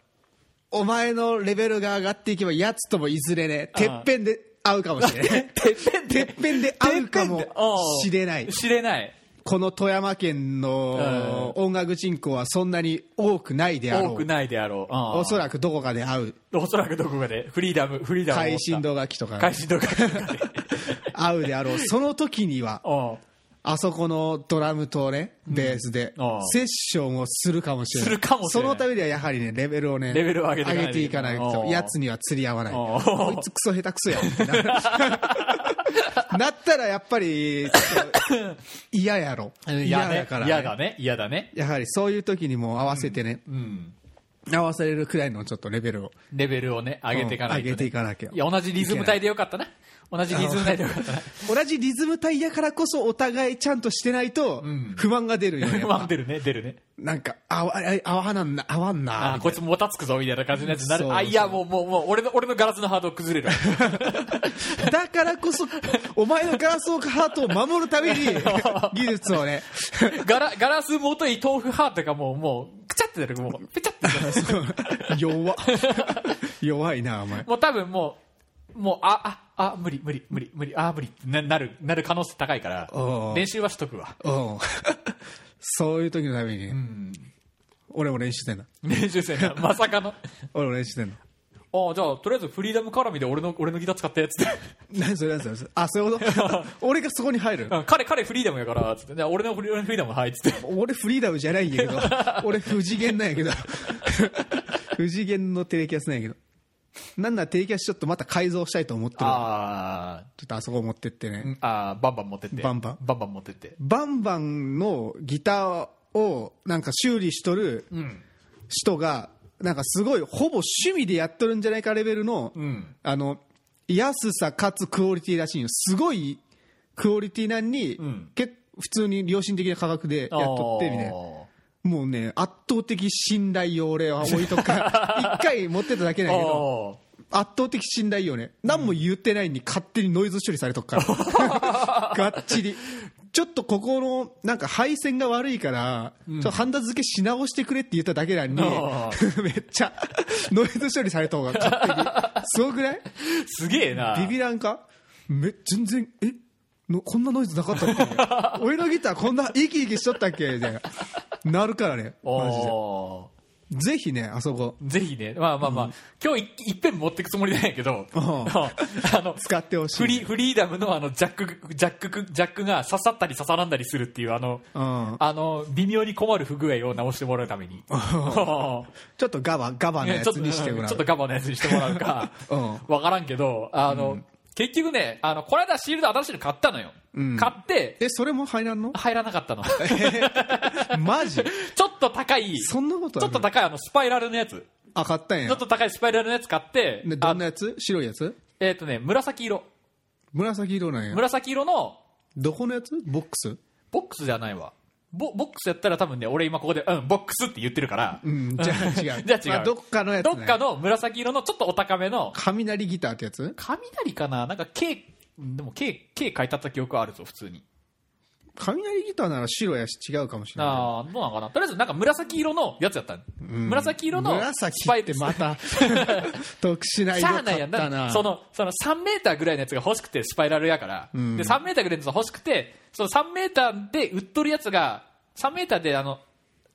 Speaker 2: お前のレベルが上がっていけばやつともいずれね
Speaker 1: あ
Speaker 2: てっぺんで会うかもしれない
Speaker 1: *laughs* てっぺん
Speaker 2: てっぺんで会うかもしれない
Speaker 1: 知れない
Speaker 2: この富山県の音楽人口はそんなに多くないであろ
Speaker 1: 多く
Speaker 2: う
Speaker 1: ないであろううん
Speaker 2: おそらくどこかで会う
Speaker 1: おそらくどこかでフリーダムフリーダムを持った
Speaker 2: 会心動画機とか
Speaker 1: 会心堂か
Speaker 2: 会うであろうその時
Speaker 1: *laughs*
Speaker 2: には
Speaker 1: うん
Speaker 2: あそこのドラムとねベースで
Speaker 1: うん
Speaker 2: セッションをするかもしれな
Speaker 1: す
Speaker 2: い
Speaker 1: るかもしれない
Speaker 2: そのためにはやはりねレベルをね
Speaker 1: レベルを上げていかないと
Speaker 2: ていかないと
Speaker 1: うん
Speaker 2: やつには釣り合わない
Speaker 1: うん
Speaker 2: こいつクソ下手くそやん *laughs* ってななったらやっぱりちょっと嫌やろ
Speaker 1: 嫌
Speaker 2: 嫌
Speaker 1: ね
Speaker 2: やから
Speaker 1: 嫌だ
Speaker 2: ね
Speaker 1: ね嫌だね
Speaker 2: やはりそういう時にも合わせてね
Speaker 1: うん
Speaker 2: 合わせれるくらいのちょっとレベルを
Speaker 1: レベルをね上げていかないと、ね
Speaker 2: 上げていかなきゃ
Speaker 1: いや同じリズム帯でよかったな同じリズム帯でよか
Speaker 2: *laughs*
Speaker 1: ったな
Speaker 2: 同じリズム帯やからこそお互いちゃんとしてないと不満が出るよね、
Speaker 1: まあ出るね出るね
Speaker 2: *laughs* なんか合わ合わなんな合わんな
Speaker 1: あーこいつもたつくぞみたいな感じのやつにな
Speaker 2: そう
Speaker 1: る
Speaker 2: そう
Speaker 1: あいやもうもうもう俺の俺のガラスのハード崩れる *laughs*
Speaker 2: だからこそ、お前のガラスのハートを守るた *laughs* めに、技術をね、
Speaker 1: ガラガラス元い豆腐ハートがもうもうくちゃってなるもうぺちゃってな
Speaker 2: *laughs*
Speaker 1: る
Speaker 2: *laughs* 弱 *laughs* 弱いな、お前。
Speaker 1: もう多分もうもうあああ無理無理無理無理あー無理ってななるなる可能性高いから
Speaker 2: おー
Speaker 1: 練習はしとくわ
Speaker 2: うん。 *laughs* そういう時のために、俺も練習してんだ。
Speaker 1: 練習生なまさかの
Speaker 2: 俺も練習して *laughs* んだ。
Speaker 1: ああじゃあとりあえずフリーダム絡みで俺の俺のギター使ってっつって
Speaker 2: 何それ何それ何それあ、そういうこと *laughs* 俺がそこに入る
Speaker 1: う。ん彼彼フリーダムやからつって、ね、俺のフリ俺のフリーダムはいっつって
Speaker 2: 俺フリーダムじゃないんやけ
Speaker 1: *laughs*
Speaker 2: ど、俺不次元なんやけど。 *laughs* 不次元のテレキャスなんやけど。なんならテレキャスちょっとまた改造したいと思ってる。ちょ
Speaker 1: あ
Speaker 2: っとあそこ持ってってね。
Speaker 1: ーあーバンバン持ってって
Speaker 2: バンバン
Speaker 1: バンバン持ってって
Speaker 2: バンバンのギターをなんか修理しとる
Speaker 1: ん
Speaker 2: 人がなんかすごいほぼ趣味でやっとるんじゃないかレベルの、
Speaker 1: ん
Speaker 2: あの安さかつクオリティらしいんよすごいクオリティなんに、
Speaker 1: ん
Speaker 2: 結構普通に良心的な価格でやっとってみたいなもうね圧倒的信頼を俺は置いとくから一回持ってただけだけど
Speaker 1: あ
Speaker 2: 圧倒的信頼よね何も言ってないのに勝手にノイズ処理されとくからがっちりちょっとここのなんか配線が悪いから、ちょっとハンダ付けし直してくれって言っただけなの
Speaker 1: あ
Speaker 2: に *laughs* めっちゃノイズ処理された方が勝手にすごくない
Speaker 1: ーすげえな
Speaker 2: ビビらんかめ全然えのこんなノイズなかったっけ *laughs* 俺のギターこんな生き生きしとったっけみたいななるからねマジで
Speaker 1: お
Speaker 2: ぜひねあそこ
Speaker 1: ーぜひねまあまあまあ、今日いいっぺん持ってくつもりなんやけど
Speaker 2: うん
Speaker 1: *laughs* あの
Speaker 2: 使ってほしい
Speaker 1: フリフリーダムのあのジャックジャックジャックが刺さったり刺さらんだりするっていうあの、
Speaker 2: うん
Speaker 1: あの微妙に困る不具合を直してもらうため
Speaker 2: *laughs*
Speaker 1: に
Speaker 2: ちょっとガバガバの
Speaker 1: ね
Speaker 2: や
Speaker 1: ちょっ
Speaker 2: つ
Speaker 1: と
Speaker 2: にしてもら
Speaker 1: ちょ
Speaker 2: う
Speaker 1: っとガバのやつにしてもらうか
Speaker 2: *laughs* う
Speaker 1: わからんけどあの、結局ねあのこの間シールド新しいの買ったのよ、
Speaker 2: ん
Speaker 1: 買って
Speaker 2: えそれも入らんの
Speaker 1: 入らなかったの
Speaker 2: マジ
Speaker 1: ちょっと高い
Speaker 2: そんなこと
Speaker 1: ち
Speaker 2: あ
Speaker 1: ょっ
Speaker 2: る
Speaker 1: と高いあのスパイラルのやつ
Speaker 2: あ買ったん
Speaker 1: ちょ
Speaker 2: や
Speaker 1: っと高いスパイラルのやつ買って
Speaker 2: でど
Speaker 1: あ
Speaker 2: んなやつ白いやつ
Speaker 1: えっ、とね紫色
Speaker 2: 紫色なんや
Speaker 1: 紫色の
Speaker 2: どこのやつボックス
Speaker 1: ボックスじゃないわボボックスやったら多分ね俺今ここでうんボックスって言ってるから、 *laughs*
Speaker 2: うんじゃあ違う
Speaker 1: じゃあ違う
Speaker 2: まどっかのやつ
Speaker 1: ど
Speaker 2: ね
Speaker 1: っかの紫色のちょっとお高めの
Speaker 2: 雷ギターってやつ
Speaker 1: 雷かななんか K でも K, K 書いてあった記憶はあるぞ普通に
Speaker 2: 雷ギターなら白やし違うかもしれな
Speaker 1: ああ、どうなのかな。とりあえず、なんか紫色のやつやったの、
Speaker 2: い、うん
Speaker 1: 紫色のスパ
Speaker 2: 紫
Speaker 1: イ
Speaker 2: って
Speaker 1: ク
Speaker 2: また *laughs* 特殊な
Speaker 1: し
Speaker 2: 色
Speaker 1: ゃ
Speaker 2: 買
Speaker 1: あないやん
Speaker 2: っ
Speaker 1: だ
Speaker 2: た
Speaker 1: か
Speaker 2: な
Speaker 1: らそのその3メーターぐらいのやつが欲しくてスパイラルやから、
Speaker 2: うん
Speaker 1: で3メーターぐらいのやつが欲しくてその3メーターで売っとるやつが3メーターであの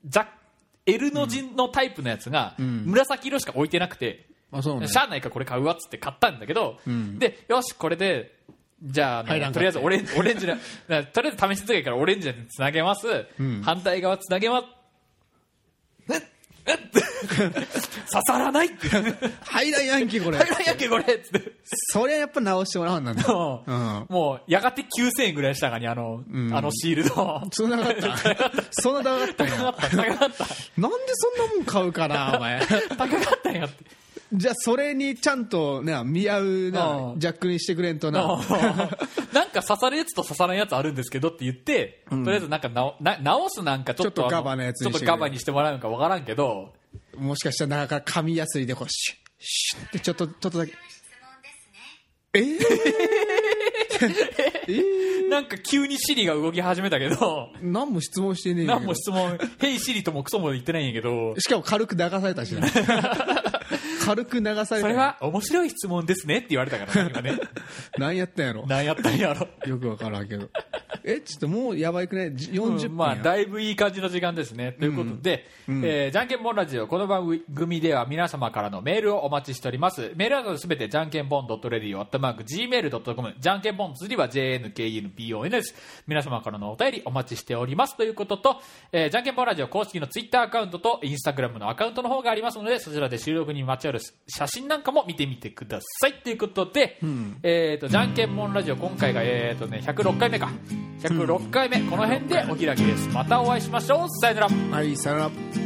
Speaker 1: ザ L の字のタイプのやつが
Speaker 2: ん
Speaker 1: 紫色しか置いてなくて、
Speaker 2: あそうね
Speaker 1: しゃあないからこれ買うわっつって買ったんだけど、
Speaker 2: ん
Speaker 1: でよしこれでじゃああの、
Speaker 2: 入ら
Speaker 1: と
Speaker 2: んかった
Speaker 1: りあえずオレンジオレンジななとりあえず試し使いからオレンジにつなげます、
Speaker 2: ん
Speaker 1: 反対側つなげますえっえっ *laughs* 刺さらない
Speaker 2: *laughs*
Speaker 1: って
Speaker 2: ハイライヤンキー
Speaker 1: *laughs*
Speaker 2: これ
Speaker 1: 入らんやんけこれっつって
Speaker 2: それはやっぱ直してもらわんなんだ
Speaker 1: そう
Speaker 2: うん
Speaker 1: もうやがて9000円ぐらいしたがにあの,、
Speaker 2: ん
Speaker 1: あのシール
Speaker 2: *laughs*
Speaker 1: ド
Speaker 2: そんななか
Speaker 1: *laughs*
Speaker 2: ったそんな高かった
Speaker 1: 高
Speaker 2: ん
Speaker 1: か
Speaker 2: や
Speaker 1: った高かった
Speaker 2: なんでそんなもん買うか
Speaker 1: *laughs*
Speaker 2: なお前
Speaker 1: 高かったんやって
Speaker 2: じゃあそれにちゃんとな見合うな
Speaker 1: うん
Speaker 2: ジャックにしてくれんと
Speaker 1: な
Speaker 2: な *laughs*
Speaker 1: なんか刺さるやつと刺さないやつあるんですけどって言って、とりあえずなんかなおな直すなんかちょっと
Speaker 2: ちょっと
Speaker 1: あ
Speaker 2: ガバのやつ
Speaker 1: ちょ
Speaker 2: に
Speaker 1: っ
Speaker 2: して
Speaker 1: と
Speaker 2: くれ
Speaker 1: ガバにしてもらうのかわからんけど
Speaker 2: もしかしたら中から紙やすりでこうシュッシュッってちょっとちょっとだけ
Speaker 3: 質問ですね。
Speaker 2: えー、え
Speaker 1: なんか急にシリが動き始めたけど
Speaker 2: ー、何も質問してねえんだ
Speaker 1: 何
Speaker 2: けど
Speaker 1: も質
Speaker 2: *laughs*
Speaker 1: 問「ヘイシリ」ともクソも言ってないんやけど
Speaker 2: しかも軽く流され
Speaker 1: *laughs*
Speaker 2: たしな軽く流された
Speaker 1: それは面白い質問ですねって言われたからね今
Speaker 2: *laughs*
Speaker 1: ね
Speaker 2: 何やったんやろ
Speaker 1: 何やったんやろ
Speaker 2: よくわからんけどえちょっともうやばいくないじ40分や、
Speaker 1: うんまあ、だいぶいい感じの時間ですね。ということで、えーじゃんけんぽんラジオ、この番組では皆様からのメールをお待ちしております。メールアドレスすべて、じゃんけんぽん .radio.gmail.com、じゃんけんぽん釣りは jnknpon です。皆様からのお便りお待ちしております。ということと、えーじゃんけんぽんラジオ公式のツイッターアカウントとインスタグラムのアカウントの方がありますので、そちらで収録にまつわる写真なんかも見てみてください。ということで、えっ、と、じゃんけんぽんラジオ、今回が、えっ、とね、106回目か。106回目この辺でお開きですまたお会いしましょうさよなら
Speaker 2: はいさよなら